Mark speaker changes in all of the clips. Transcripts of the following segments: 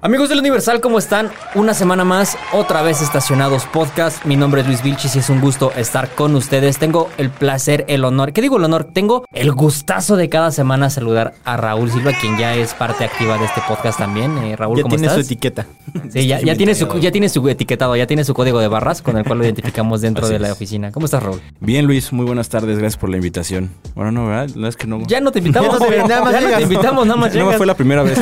Speaker 1: Amigos del Universal, ¿cómo están? Una semana más, otra vez Estacionados Podcast. Mi nombre es Luis Vilchis y es un gusto estar con ustedes. Tengo el placer, el honor, ¿qué digo el honor? Tengo el gustazo de cada semana saludar a Raúl Silva, quien ya es parte activa de este podcast también. Eh, Raúl,
Speaker 2: Ya
Speaker 1: ¿cómo
Speaker 2: tiene su
Speaker 1: estás?
Speaker 2: etiqueta.
Speaker 1: Sí, ya, ya tiene su, ya tiene su etiquetado, ya tiene su código de barras con el cual lo identificamos dentro
Speaker 2: Así
Speaker 1: de la
Speaker 2: es.
Speaker 1: oficina. ¿Cómo estás, Raúl?
Speaker 2: Bien, Luis, muy buenas tardes. Gracias por la invitación. Bueno, no, ¿verdad? La verdad es que no.
Speaker 1: Ya no te invitamos,
Speaker 2: No,
Speaker 1: nada
Speaker 2: nada
Speaker 1: más ya no
Speaker 2: más
Speaker 1: te
Speaker 2: llegas.
Speaker 1: invitamos, nada más
Speaker 2: no
Speaker 1: llegas.
Speaker 2: fue la primera vez.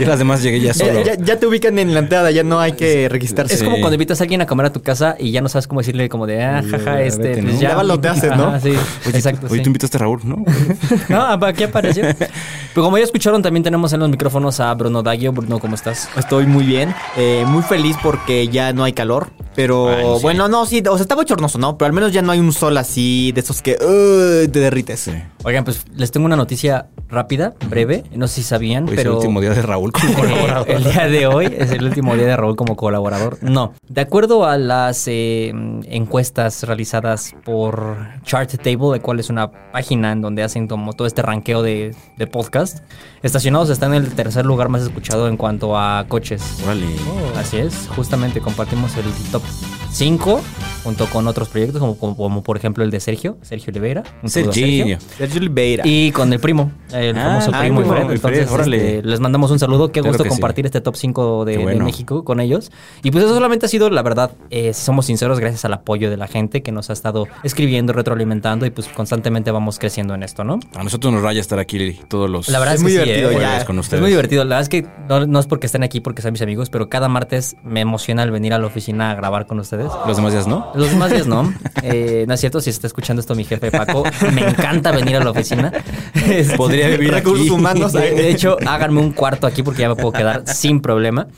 Speaker 2: Y las demás llegué ya solo.
Speaker 3: Ya, ya- ya te ubican en la entrada, ya no hay que registrarse.
Speaker 1: Es
Speaker 2: Sí.
Speaker 1: como cuando invitas a alguien a comer a tu casa y ya no sabes cómo decirle como de, ah,
Speaker 2: Ya,
Speaker 1: jaja,
Speaker 2: ya
Speaker 1: este,
Speaker 2: vete,
Speaker 1: pues
Speaker 2: ¿no?
Speaker 1: ya.
Speaker 3: Ya baloteases, ¿no?
Speaker 1: Ajá, sí,
Speaker 2: Oye,
Speaker 1: exacto.
Speaker 2: Oye,
Speaker 1: sí.
Speaker 2: tú invitaste a Raúl, ¿no?
Speaker 1: No, aquí apareció. Pero como ya escucharon, también tenemos en los micrófonos a Bruno Daggio. Bruno, ¿cómo estás?
Speaker 3: Estoy muy bien, eh, muy feliz porque ya no hay calor. Pero
Speaker 2: Ay, sí.
Speaker 3: bueno, no, sí, o sea, está bochornoso, ¿no? Pero al menos ya no hay un sol así de esos que uh, te derrites.
Speaker 2: Sí.
Speaker 1: Oigan, pues les tengo una noticia rápida, breve. No sé si sabían,
Speaker 2: Hoy es el
Speaker 1: pero...
Speaker 2: último día de Raúl como
Speaker 1: Eh,
Speaker 2: colaborador.
Speaker 1: El día de hoy es el último día de Raúl como colaborador. No, de acuerdo a las eh, encuestas realizadas por Chart Table, el cual es una página en donde hacen como todo este ranqueo de, de podcast, Estacionados está en el tercer lugar más escuchado en cuanto a coches.
Speaker 2: Órale.
Speaker 1: Así es, justamente compartimos el top 5 junto con otros proyectos, como, como, como por ejemplo el de Sergio, Sergio Oliveira. Un saludo a
Speaker 2: Serginho.
Speaker 3: Sergio Oliveira.
Speaker 1: y con el primo, el
Speaker 2: Ah,
Speaker 1: famoso
Speaker 2: ah,
Speaker 1: primo
Speaker 2: el primo,
Speaker 1: Efraín.
Speaker 2: el Efraín,
Speaker 1: Entonces,
Speaker 2: órale.
Speaker 1: este, les mandamos un saludo. Qué
Speaker 2: Claro
Speaker 1: gusto
Speaker 2: que sí.
Speaker 1: compartir este top 5 de,
Speaker 2: Qué
Speaker 1: de
Speaker 2: bueno.
Speaker 1: México con ellos. Y pues eso solamente ha sido, la verdad, eh, si somos sinceros, gracias al apoyo de la gente que nos ha estado escribiendo, retroalimentando y pues constantemente vamos creciendo en esto, ¿no?
Speaker 2: A nosotros nos raya estar aquí todos los.
Speaker 1: La verdad es,
Speaker 3: Es muy
Speaker 1: que sí,
Speaker 3: divertido
Speaker 1: ¿eh?
Speaker 2: ya.
Speaker 1: Es
Speaker 2: Con ustedes.
Speaker 1: muy divertido. La verdad es que no, no es porque estén aquí porque sean mis amigos, pero cada martes me emociona el venir a la oficina a grabar con ustedes.
Speaker 2: Los demás días, ¿no?
Speaker 1: Los demás días no. Eh, no es cierto, si está escuchando esto mi jefe Paco, me encanta venir a la oficina. Este,
Speaker 2: Podría vivir
Speaker 3: Recursos
Speaker 2: aquí.
Speaker 3: humanos.
Speaker 1: de, de hecho, háganme un cuarto aquí porque ya me puedo quedar sin problema.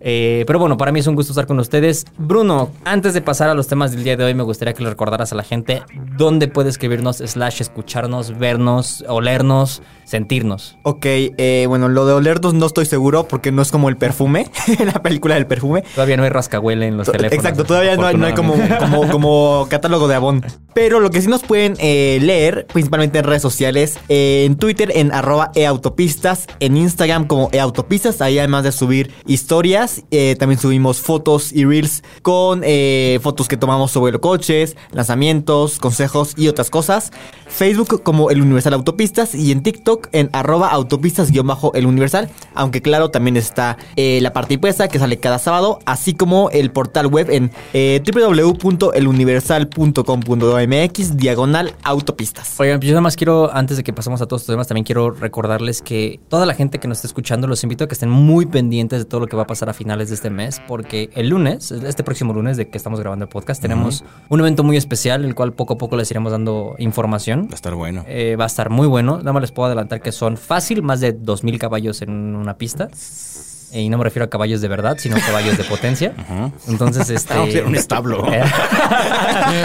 Speaker 1: Eh, pero bueno, para mí es un gusto estar con ustedes. Bruno, antes de pasar a los temas del día de hoy, me gustaría que le recordaras a la gente dónde puede escribirnos, slash, escucharnos, vernos, olernos, sentirnos.
Speaker 3: Ok, eh, bueno, lo de olernos no estoy seguro porque no es como el perfume, la película del perfume.
Speaker 1: Todavía no hay rascahuele en los teléfonos.
Speaker 3: Exacto, todavía no hay, no hay como, como, como catálogo de Avon. Pero lo que sí nos pueden eh, leer, principalmente en redes sociales, eh, en Twitter en arroba eautopistas, en Instagram como eautopistas, ahí además de subir historias, eh, también subimos fotos y reels con eh, fotos que tomamos sobre los coches, lanzamientos, consejos y otras cosas. Facebook como el Universal Autopistas y en TikTok en arroba autopistas guión bajo el Universal, aunque claro también está eh, la parte impresa que sale cada sábado, así como el portal web en eh, www.eluniversal.com.mx diagonal autopistas.
Speaker 1: Oigan, pues yo nada más quiero, antes de que pasemos a todos estos temas, también quiero recordarles que toda la gente que nos está escuchando, los invito a que estén muy pendientes de todo lo que va a pasar a finales de este mes, porque el lunes, este próximo lunes de que estamos grabando el podcast, tenemos un evento muy especial, el cual poco a poco les iremos dando información.
Speaker 2: Va a estar bueno.
Speaker 1: Eh, va a estar muy bueno. Nada más les puedo adelantar que son fácil, más de 2.000 caballos en una pista. Eh, Y no me refiero a caballos de verdad, sino a caballos de potencia.
Speaker 2: Ajá.
Speaker 1: Entonces, este...
Speaker 2: Vamos a hacer Ah, un establo.
Speaker 1: Eh.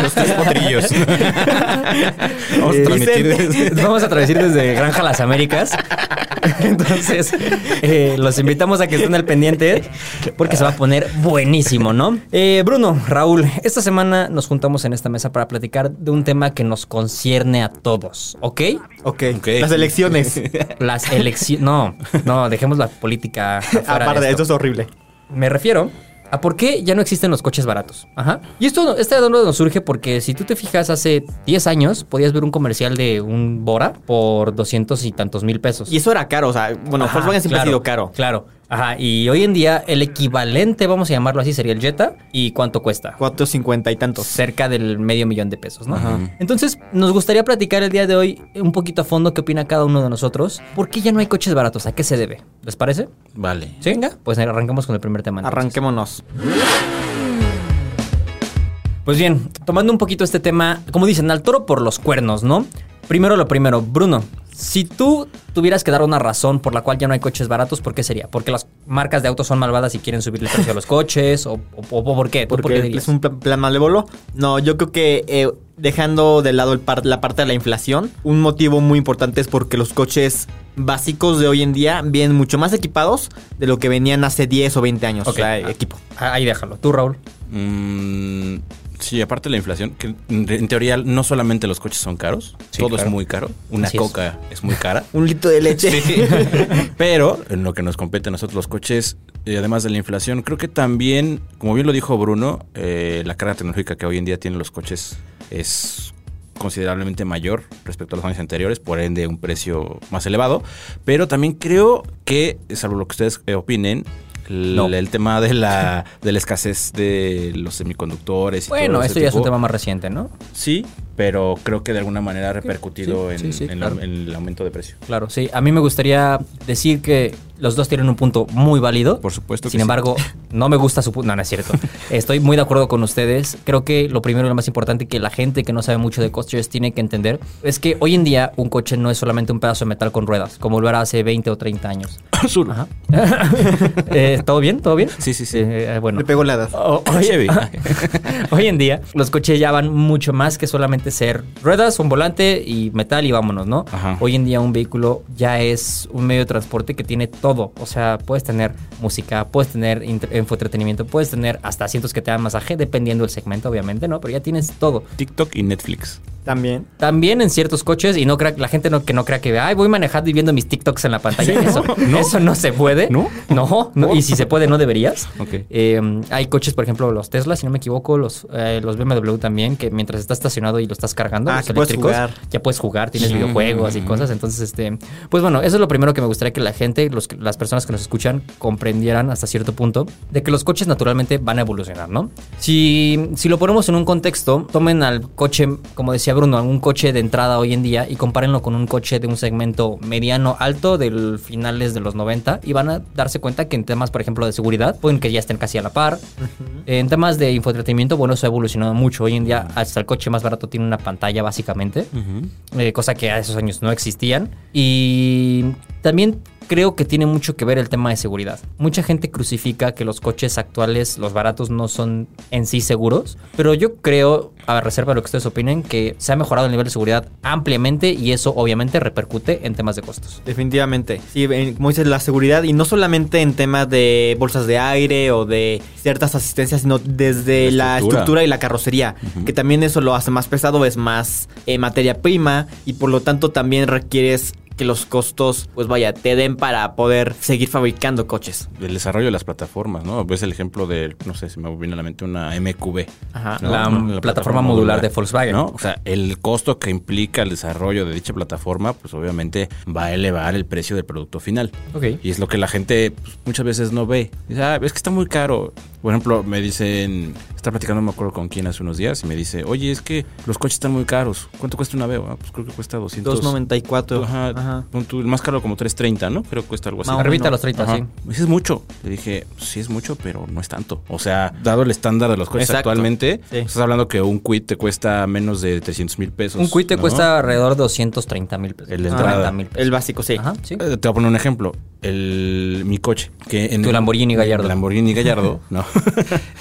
Speaker 2: Los tres potrillos. Vamos a
Speaker 1: Eh,
Speaker 2: transmitir
Speaker 1: Vicente,
Speaker 2: desde-
Speaker 1: Vamos a transmitir desde Granja Las Américas. Entonces, eh, los invitamos a que estén al pendiente porque se va a poner buenísimo, ¿no? Eh, Bruno, Raúl, esta semana nos juntamos en esta mesa para platicar de un tema que nos concierne a todos, ¿ok?
Speaker 3: Ok,
Speaker 2: Ok.
Speaker 3: las elecciones.
Speaker 1: Las elecciones... No, no, dejemos la política afuera
Speaker 3: Aparte,
Speaker 1: de esto.
Speaker 3: esto es horrible.
Speaker 1: Me refiero a por qué ya no existen los coches baratos. Ajá. Y esto este duda nos surge porque si tú te fijas hace 10 años podías ver un comercial de un Bora por 200 y tantos mil pesos.
Speaker 3: Y eso era caro, o sea, bueno,
Speaker 1: Ajá,
Speaker 3: Volkswagen siempre
Speaker 1: claro,
Speaker 3: ha sido caro.
Speaker 1: Claro. Ajá, y hoy en día el equivalente, vamos a llamarlo así, sería el Jetta. ¿Y cuánto cuesta?
Speaker 3: 450 y tantos.
Speaker 1: cerca del medio millón de pesos, ¿no?
Speaker 2: Ajá.
Speaker 1: Entonces, nos gustaría platicar el día de hoy un poquito a fondo qué opina cada uno de nosotros. ¿Por qué ya no hay coches baratos? ¿A qué se debe? ¿Les parece?
Speaker 2: Vale.
Speaker 1: ¿Sí? Venga. Pues arrancamos con el primer tema. entonces.
Speaker 3: Arranquémonos.
Speaker 1: Pues bien, tomando un poquito este tema, como dicen, al toro por los cuernos, ¿no? Primero lo primero, Bruno, si tú tuvieras que dar una razón por la cual ya no hay coches baratos, ¿por qué sería? ¿Porque las marcas de autos son malvadas y quieren subirle precio a los coches? ¿O, o- o por qué? ¿Tú por qué
Speaker 3: porque
Speaker 1: dirías?
Speaker 3: es un pla- plan malévolo. No, yo creo que eh, dejando de lado el par- la parte de la inflación, un motivo muy importante es porque los coches básicos de hoy en día vienen mucho más equipados de lo que venían hace 10 o 20 años.
Speaker 1: Ok.
Speaker 3: O sea, equipo.
Speaker 1: Ah, Ahí déjalo. Tú, Raúl.
Speaker 2: Mm, Sí, aparte de la inflación, que en en teoría no solamente los coches son caros,
Speaker 4: Sí,
Speaker 2: todo
Speaker 4: claro.
Speaker 2: es muy caro. Una
Speaker 1: Así es.
Speaker 2: coca es. muy cara.
Speaker 3: Un litro de leche.
Speaker 2: Sí. Pero en lo que nos compete a nosotros los coches, eh, además de la inflación, creo que también, como bien lo dijo Bruno, eh, la carga tecnológica que hoy en día tienen los coches es considerablemente mayor respecto a los años anteriores, por ende un precio más elevado. Pero también creo que, salvo lo que ustedes eh, opinen, l-
Speaker 1: No.
Speaker 2: el tema de la, de la escasez de los semiconductores. Y
Speaker 1: Bueno,
Speaker 2: todo ese
Speaker 1: eso ya es un
Speaker 2: tipo,
Speaker 1: tema más reciente, ¿no?
Speaker 2: Sí, pero creo que de alguna manera ha repercutido
Speaker 1: Sí,
Speaker 2: en,
Speaker 1: sí, sí,
Speaker 2: en la-
Speaker 1: claro.
Speaker 2: en el aumento de precio.
Speaker 1: Claro, sí. A mí me gustaría decir que los dos tienen un punto muy válido.
Speaker 2: Por supuesto que
Speaker 1: Sin
Speaker 2: sí.
Speaker 1: embargo, no me gusta su punto. No, no es cierto. Estoy muy de acuerdo con ustedes. Creo que lo primero y lo más importante que la gente que no sabe mucho de coches tiene que entender es que hoy en día un coche no es solamente un pedazo de metal con ruedas, como lo era hace 20 o 30 años. Ajá. Eh, ¿Todo bien? ¿Todo bien?
Speaker 2: Sí, sí, Oh. sí.
Speaker 1: Eh, eh, bueno.
Speaker 3: Le pegó la edad.
Speaker 1: O- hoy,
Speaker 2: Chevy.
Speaker 1: hoy en día, los coches ya van mucho más que solamente ser ruedas, un volante y metal y vámonos, ¿no?
Speaker 2: Ajá.
Speaker 1: Hoy en día un vehículo ya es un medio de transporte que tiene todo. O sea, puedes tener música, puedes tener int- infoentretenimiento, puedes tener hasta asientos que te dan masaje, dependiendo del segmento, obviamente, ¿no? Pero ya tienes todo.
Speaker 2: TikTok y Netflix.
Speaker 3: También.
Speaker 1: También en ciertos coches, y no crea, la gente no, que no crea que vea, ay, voy manejando y viendo mis TikToks en la pantalla. eso, ¿no? eso no se puede.
Speaker 2: ¿No?
Speaker 1: No, no, y si se puede, no deberías.
Speaker 2: Ok.
Speaker 1: Eh, hay coches, por ejemplo, los Tesla, si no me equivoco, los, eh, los BMW también, que mientras estás estacionado y lo estás cargando,
Speaker 3: Ah,
Speaker 1: los
Speaker 3: que puedes
Speaker 1: eléctricos,
Speaker 3: jugar.
Speaker 1: ya puedes jugar, tienes
Speaker 2: Sí.
Speaker 1: videojuegos y cosas. Entonces, este, pues bueno, eso es lo primero que me gustaría que la gente, los, que- las personas que nos escuchan, comprendieran hasta cierto punto de que los coches naturalmente van a evolucionar, ¿no? Si, si lo ponemos en un contexto, tomen al coche, como decía Bruno, algún coche de entrada hoy en día y compárenlo con un coche de un segmento mediano alto del finales de los 90 y van a darse cuenta que en temas, por ejemplo, de seguridad, pueden que ya estén casi a la par. En temas de infoentretenimiento, bueno, eso ha evolucionado mucho. Hoy en día, hasta el coche más barato tiene una pantalla, básicamente eh, cosa que a esos años no existían. Y también creo que tiene mucho que ver el tema de seguridad. Mucha gente crucifica que los coches actuales, los baratos, no son en sí seguros, pero yo creo, a reserva de lo que ustedes opinen, que se ha mejorado el nivel de seguridad ampliamente y eso obviamente repercute en temas de costos.
Speaker 3: Definitivamente. Sí, en- como dices, la seguridad y no solamente en temas de bolsas de aire o de ciertas asistencias, sino desde la estructura,
Speaker 2: La estructura.
Speaker 3: y la carrocería, que también eso lo hace más pesado, es más eh, materia prima y por lo tanto también requieres que los costos, pues vaya, te den para poder seguir fabricando coches.
Speaker 2: Del desarrollo de las plataformas, ¿no? Ves el ejemplo de, no sé, si me viene a la mente una MQB.
Speaker 3: Ajá.
Speaker 2: ¿no?
Speaker 1: la,
Speaker 2: Una-
Speaker 1: plataforma, modular de Volkswagen.
Speaker 2: ¿no? O sea, el costo que implica el desarrollo de dicha plataforma, pues obviamente va a elevar el precio del producto final.
Speaker 1: Ok.
Speaker 2: Y es lo que la gente pues, muchas veces no ve. Dice, ah, es que está muy caro. Por ejemplo, me dicen, está platicando, no me acuerdo con quién hace unos días, y me dice, oye, es que los coches están muy caros. ¿Cuánto cuesta una Veo? Ah, pues creo que cuesta 200.
Speaker 3: 294.
Speaker 2: Ajá, pon tú, el más caro como 330, ¿no? Creo que cuesta algo así.
Speaker 3: Más o
Speaker 1: Arribita
Speaker 3: menos.
Speaker 1: a los 30,
Speaker 2: Ajá.
Speaker 1: sí.
Speaker 2: Me dice, es mucho. Le dije, sí es mucho, pero no es tanto. O sea, dado el estándar de los coches
Speaker 3: Exacto.
Speaker 2: actualmente,
Speaker 3: Sí.
Speaker 2: estás hablando que un quit te cuesta menos de 300 mil pesos.
Speaker 1: Un quit te
Speaker 2: ¿no?
Speaker 1: cuesta alrededor de 230 mil pesos.
Speaker 2: El de entrada.
Speaker 1: 40 mil pesos.
Speaker 3: El básico, sí.
Speaker 1: Ajá, sí.
Speaker 2: Eh, Te voy a poner un ejemplo. El, mi coche. Que en
Speaker 1: Tu Lamborghini Gallardo.
Speaker 2: El Lamborghini Gallardo, no.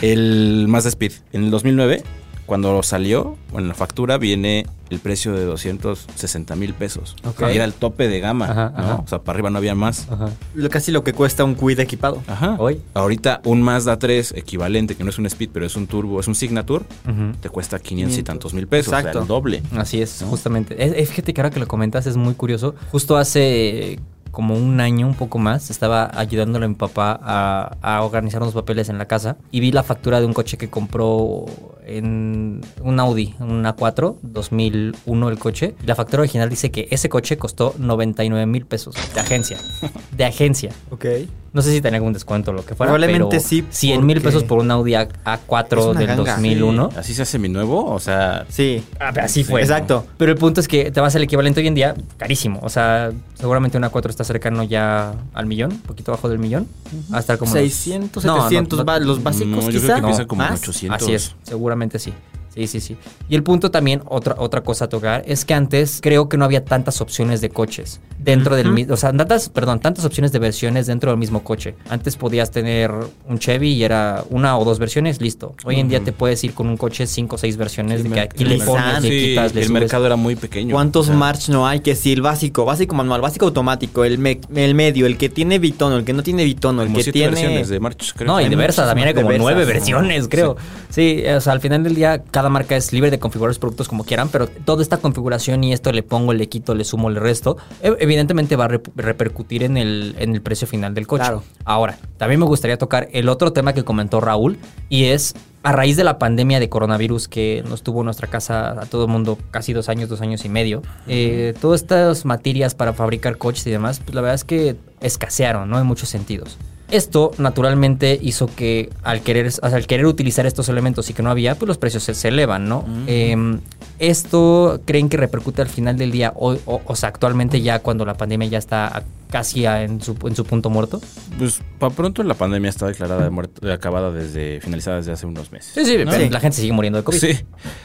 Speaker 2: el Mazda Speed. En el 2009, cuando salió, bueno, en la factura viene el precio de 260 mil pesos.
Speaker 1: Ok.
Speaker 2: Era el tope de gama,
Speaker 1: Ajá,
Speaker 2: ¿no?
Speaker 1: ajá.
Speaker 2: O sea, para arriba no había más.
Speaker 1: Ajá.
Speaker 3: Lo- Casi lo que cuesta un quid equipado.
Speaker 2: Ajá.
Speaker 1: Hoy.
Speaker 2: Ahorita un Mazda 3 equivalente, que no es un Speed, pero es un turbo, es un Signature,
Speaker 1: Ujú.
Speaker 2: te cuesta 500 y
Speaker 3: 500.
Speaker 2: tantos mil pesos, o
Speaker 3: Exacto.
Speaker 2: sea, el doble.
Speaker 1: Así es, justamente. Es, es- fíjate que ahora que lo comentas es muy curioso. Justo hace eh, como un año, un poco más, estaba ayudándole a mi papá a, a organizar unos papeles en la casa y vi la factura de un coche que compró en un Audi, un A4, 2001 el coche. La factura original dice que ese coche costó 99 mil pesos de agencia. De agencia.
Speaker 3: Ok.
Speaker 1: No sé si tenía algún descuento o lo que fuera.
Speaker 3: Probablemente
Speaker 1: pero
Speaker 3: sí,
Speaker 1: 100 mil
Speaker 3: porque-
Speaker 1: pesos por un Audi A-
Speaker 3: Es
Speaker 1: A4
Speaker 3: una
Speaker 1: del
Speaker 3: ganga.
Speaker 1: 2001.
Speaker 2: Eh, Así se hace mi nuevo, o sea,
Speaker 3: Sí.
Speaker 1: Así fue.
Speaker 3: Exacto.
Speaker 1: Pero el punto es que te vas al equivalente hoy en día carísimo. O sea, seguramente una 4 está cercano ya al millón, un poquito abajo del millón. Hasta como. los-
Speaker 3: 600,
Speaker 1: No, no,
Speaker 3: 700,
Speaker 1: no.
Speaker 3: va- los
Speaker 2: no,
Speaker 3: básicos
Speaker 2: yo
Speaker 3: quizá.
Speaker 2: creo que empieza como en
Speaker 3: ¿Más?
Speaker 2: 800.
Speaker 1: Así es, seguramente sí. Sí, sí, sí. Y el punto también, otra, otra cosa a tocar, es que antes creo que no había tantas opciones de coches dentro del mismo, o sea, tantas, perdón, tantas opciones de versiones dentro del mismo coche. Antes podías tener un Chevy y era una o dos versiones, listo. Hoy en día te puedes ir con un coche cinco o seis versiones de que aquí le
Speaker 3: merc-
Speaker 1: pones, le
Speaker 2: Sí,
Speaker 1: quitas, le
Speaker 2: el
Speaker 1: subes.
Speaker 2: mercado era muy pequeño.
Speaker 3: ¿Cuántos
Speaker 2: O sea,
Speaker 3: march no hay? Que si el básico, básico manual, básico automático, el, me- el medio, el que tiene bitono, el que no tiene bitono, el
Speaker 2: Como
Speaker 3: que
Speaker 2: siete
Speaker 3: tiene...
Speaker 2: versiones de March, creo.
Speaker 1: No, y
Speaker 3: hay
Speaker 1: de Versa
Speaker 3: muchas
Speaker 1: también hay como
Speaker 3: Versas.
Speaker 1: nueve versiones, creo. Sí. o sea, al final del día cada marca es libre de configurar los productos como quieran, pero toda esta configuración y esto le pongo, le quito, le sumo, le resto, e- evidentemente va a rep- repercutir en el, en el precio final del coche.
Speaker 3: Claro.
Speaker 1: Ahora, también me gustaría tocar el otro tema que comentó Raúl y es a raíz de la pandemia de coronavirus que nos tuvo en nuestra casa a todo el mundo casi dos años, dos años y medio, eh, todas estas materias para fabricar coches y demás, pues la verdad es que escasearon, ¿no? En muchos sentidos. Esto naturalmente hizo que al querer, o sea, al querer utilizar estos elementos y que no había, pues los precios se, se elevan, ¿no? Em, ¿Esto creen que repercute al final del día, o, o- o sea, actualmente ya cuando la pandemia ya está a- casi a- en, su, en su punto muerto?
Speaker 2: Pues para pronto la pandemia está declarada de muerta- de acabada desde finalizada desde hace unos meses.
Speaker 1: Sí, sí,
Speaker 2: ¿no?
Speaker 1: pero la gente sigue muriendo de COVID.
Speaker 2: Sí.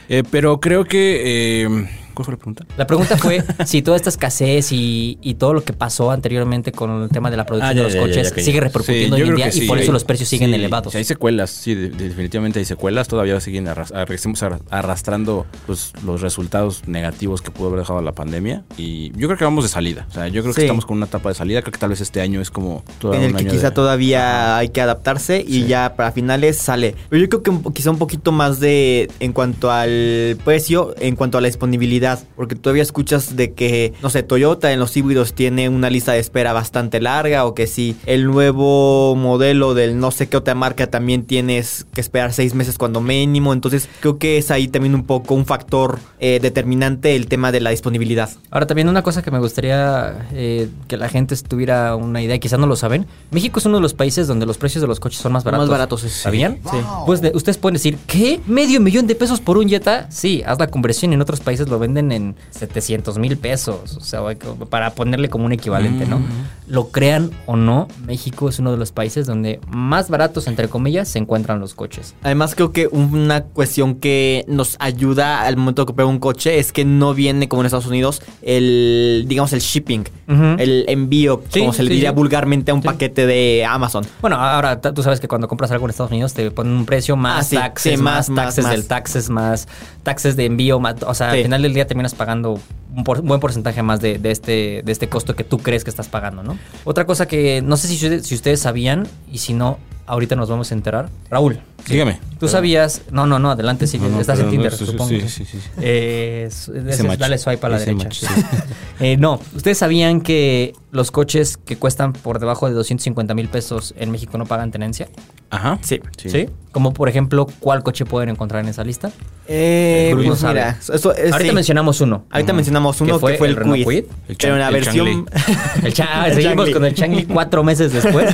Speaker 2: Eh, pero creo que. eh, ¿Cuál fue la pregunta?
Speaker 1: La pregunta fue si toda esta escasez y, y todo lo que pasó anteriormente con el tema de la producción
Speaker 2: Ah, ya,
Speaker 1: de los
Speaker 2: ya, ya,
Speaker 1: coches
Speaker 2: ya, que
Speaker 1: sigue
Speaker 2: ya.
Speaker 1: repercutiendo
Speaker 2: Sí, yo
Speaker 1: hoy en
Speaker 2: creo
Speaker 1: día
Speaker 2: que sí,
Speaker 1: y por eso
Speaker 2: hay-
Speaker 1: los precios siguen
Speaker 2: sí,
Speaker 1: elevados.
Speaker 2: Hay secuelas, sí, de- definitivamente hay secuelas. Todavía siguen arras- arra- seguimos arra- arrastrando pues, los resultados negativos que pudo haber dejado la pandemia. Y yo creo que vamos de salida. O sea, yo creo que
Speaker 3: Sí.
Speaker 2: estamos con una etapa de salida. Creo que tal vez este año es como todo
Speaker 3: en el
Speaker 2: un
Speaker 3: que
Speaker 2: año
Speaker 3: quizá
Speaker 2: de-
Speaker 3: todavía hay que adaptarse y
Speaker 2: Sí.
Speaker 3: ya para finales sale. Pero yo creo que un po- quizá un poquito más de en cuanto al precio, en cuanto a la disponibilidad, porque todavía escuchas de que, no sé, Toyota en los híbridos tiene una lista de espera bastante larga o que si el nuevo modelo del no sé qué otra marca también tienes que esperar seis meses cuando mínimo, entonces creo que es ahí también un poco un factor eh, determinante el tema de la disponibilidad.
Speaker 1: Ahora también una cosa que me gustaría eh, que la gente tuviera una idea, quizás no lo saben, México es uno de los países donde los precios de los coches son más baratos.
Speaker 3: Más baratos, sí.
Speaker 1: ¿Sabían? Sí. Pues de- ustedes pueden decir, ¿qué? ¿Medio millón de pesos por un Jetta? Sí, haz la conversión, en otros países lo venden en 700 mil pesos, o sea, hay que- para ponerle como un equivalente, ¿no?
Speaker 3: Mm.
Speaker 1: Lo crean o no, México es uno de los países donde más baratos, entre comillas, se encuentran los coches.
Speaker 3: Además, creo que una cuestión que nos ayuda al momento de comprar un coche es que no viene como en Estados Unidos el, digamos, el shipping,
Speaker 1: Ujú.
Speaker 3: el envío,
Speaker 1: Sí,
Speaker 3: como se le
Speaker 1: sí,
Speaker 3: diría
Speaker 1: sí.
Speaker 3: vulgarmente a un paquete de Amazon.
Speaker 1: Bueno, ahora t- tú sabes que cuando compras algo en Estados Unidos te ponen un precio más
Speaker 3: Ah, sí,
Speaker 1: taxes,
Speaker 3: sí,
Speaker 1: más,
Speaker 3: más, más,
Speaker 1: taxes
Speaker 3: más.
Speaker 1: del taxes, más taxes de envío, más, o sea, al
Speaker 3: Sí.
Speaker 1: final del día terminas pagando un, por- un buen porcentaje más de, de este, de este costo que tú crees que estás pagando, ¿no? Otra cosa que no sé si, ustedes- si ustedes sabían y si no, ahorita nos vamos a enterar. Raúl,
Speaker 2: Dígame.
Speaker 1: tú sabías... No, no, no, adelante, sí,
Speaker 2: No, no,
Speaker 1: estás en
Speaker 2: perdón,
Speaker 1: Tinder,
Speaker 2: no, sí, sí,
Speaker 1: supongo.
Speaker 2: sí, sí, sí.
Speaker 1: Eh, es- es-
Speaker 2: macho.
Speaker 1: dale swipe a la
Speaker 2: Ese
Speaker 1: derecha.
Speaker 2: macho, sí.
Speaker 1: Eh, no, ustedes sabían que los coches que cuestan por debajo de 250 mil pesos en México no pagan tenencia.
Speaker 2: Ajá.
Speaker 3: Sí.
Speaker 1: Sí. Como por ejemplo, ¿cuál coche pueden encontrar en esa lista?
Speaker 3: Eh,
Speaker 1: El
Speaker 3: pues
Speaker 1: Ruiz.
Speaker 3: mira, eso es-
Speaker 1: Ahorita
Speaker 3: sí. Ah,
Speaker 1: mencionamos uno.
Speaker 3: Ahorita mencionamos uno que fue, el,
Speaker 1: Renault
Speaker 3: Kwid,
Speaker 1: Kwid.
Speaker 2: El
Speaker 3: pero en la
Speaker 2: Chang- el
Speaker 3: versión...
Speaker 1: El cha-
Speaker 3: El
Speaker 1: seguimos
Speaker 3: Changli.
Speaker 1: con el Changli cuatro meses después.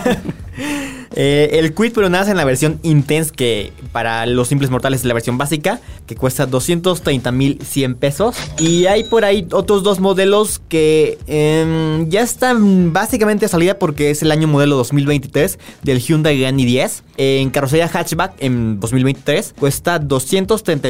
Speaker 3: Eh, el Quid, pero nada, en la versión Intense, que para los simples mortales es la versión básica, que cuesta 230.100 pesos. Y hay por ahí otros dos modelos que em, ya están básicamente a salida porque es el año modelo 2023 del Hyundai Grand i10. En carrocería hatchback en 2023 cuesta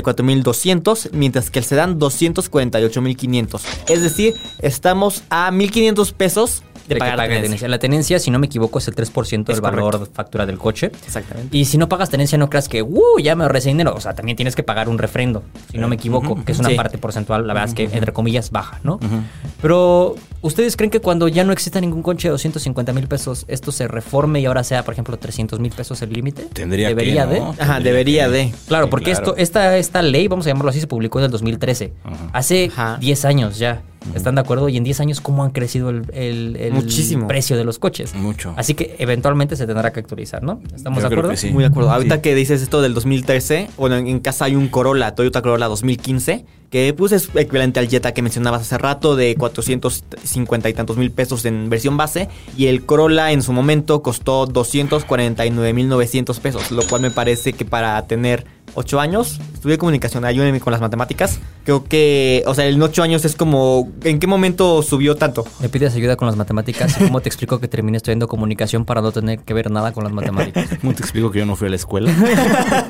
Speaker 3: 234.200, mientras que el sedán 248.500. Es decir, estamos a 1.500 pesos de
Speaker 1: que
Speaker 3: pagar la
Speaker 1: pagan
Speaker 3: tenencia.
Speaker 1: La tenencia, si no me equivoco, es el 3% del
Speaker 3: Es
Speaker 1: valor
Speaker 3: correcto.
Speaker 1: de factura del coche.
Speaker 3: Exactamente.
Speaker 1: Y si no pagas tenencia, no creas que, ¡uh! Ya me ahorré ese dinero. O sea, también tienes que pagar un refrendo, si
Speaker 2: Eh,
Speaker 1: no me equivoco, que es una
Speaker 3: Sí.
Speaker 1: parte porcentual, la verdad es que, entre comillas, baja, ¿no? Pero, ¿ustedes creen que cuando ya no exista ningún coche de 250 mil pesos, esto se reforme y ahora sea, por ejemplo, 300 mil pesos el límite?
Speaker 2: Tendría que,
Speaker 1: Debería
Speaker 2: ¿no?
Speaker 1: de.
Speaker 3: Ajá,
Speaker 2: Tendría
Speaker 3: debería
Speaker 2: que-
Speaker 3: de.
Speaker 1: Claro,
Speaker 2: Sí,
Speaker 1: porque
Speaker 2: claro.
Speaker 1: Esto, esta, esta ley, vamos a llamarlo así, se publicó en el 2013.
Speaker 2: Ajá.
Speaker 1: Hace
Speaker 3: Ajá.
Speaker 1: 10 años ya. ¿Están de acuerdo? Y en 10 años, ¿cómo han crecido el, el- el
Speaker 3: Muchísimo.
Speaker 1: precio de los coches?
Speaker 2: Mucho.
Speaker 1: Así que eventualmente se tendrá que actualizar, ¿no? ¿Estamos
Speaker 2: Yo
Speaker 1: de
Speaker 2: creo
Speaker 1: acuerdo?
Speaker 2: que sí.
Speaker 3: Muy de acuerdo. Ahorita
Speaker 2: Sí.
Speaker 3: que dices esto del 2013, bueno, en, en casa hay un Corolla, Toyota Corolla 2015, que pues es equivalente al Jetta que mencionabas hace rato, de 450 y tantos mil pesos en versión base, y el Corolla en su momento costó 249.900 pesos, lo cual me parece que para tener ocho años. Estudié comunicación, ayúdenme con las matemáticas. Creo que, o sea, en ocho años es como, ¿en qué momento subió tanto?
Speaker 1: ¿Me pides ayuda con las matemáticas? ¿Cómo te explico que terminé estudiando comunicación para no tener que ver nada con las matemáticas?
Speaker 2: ¿Cómo te explico que yo no fui a la escuela?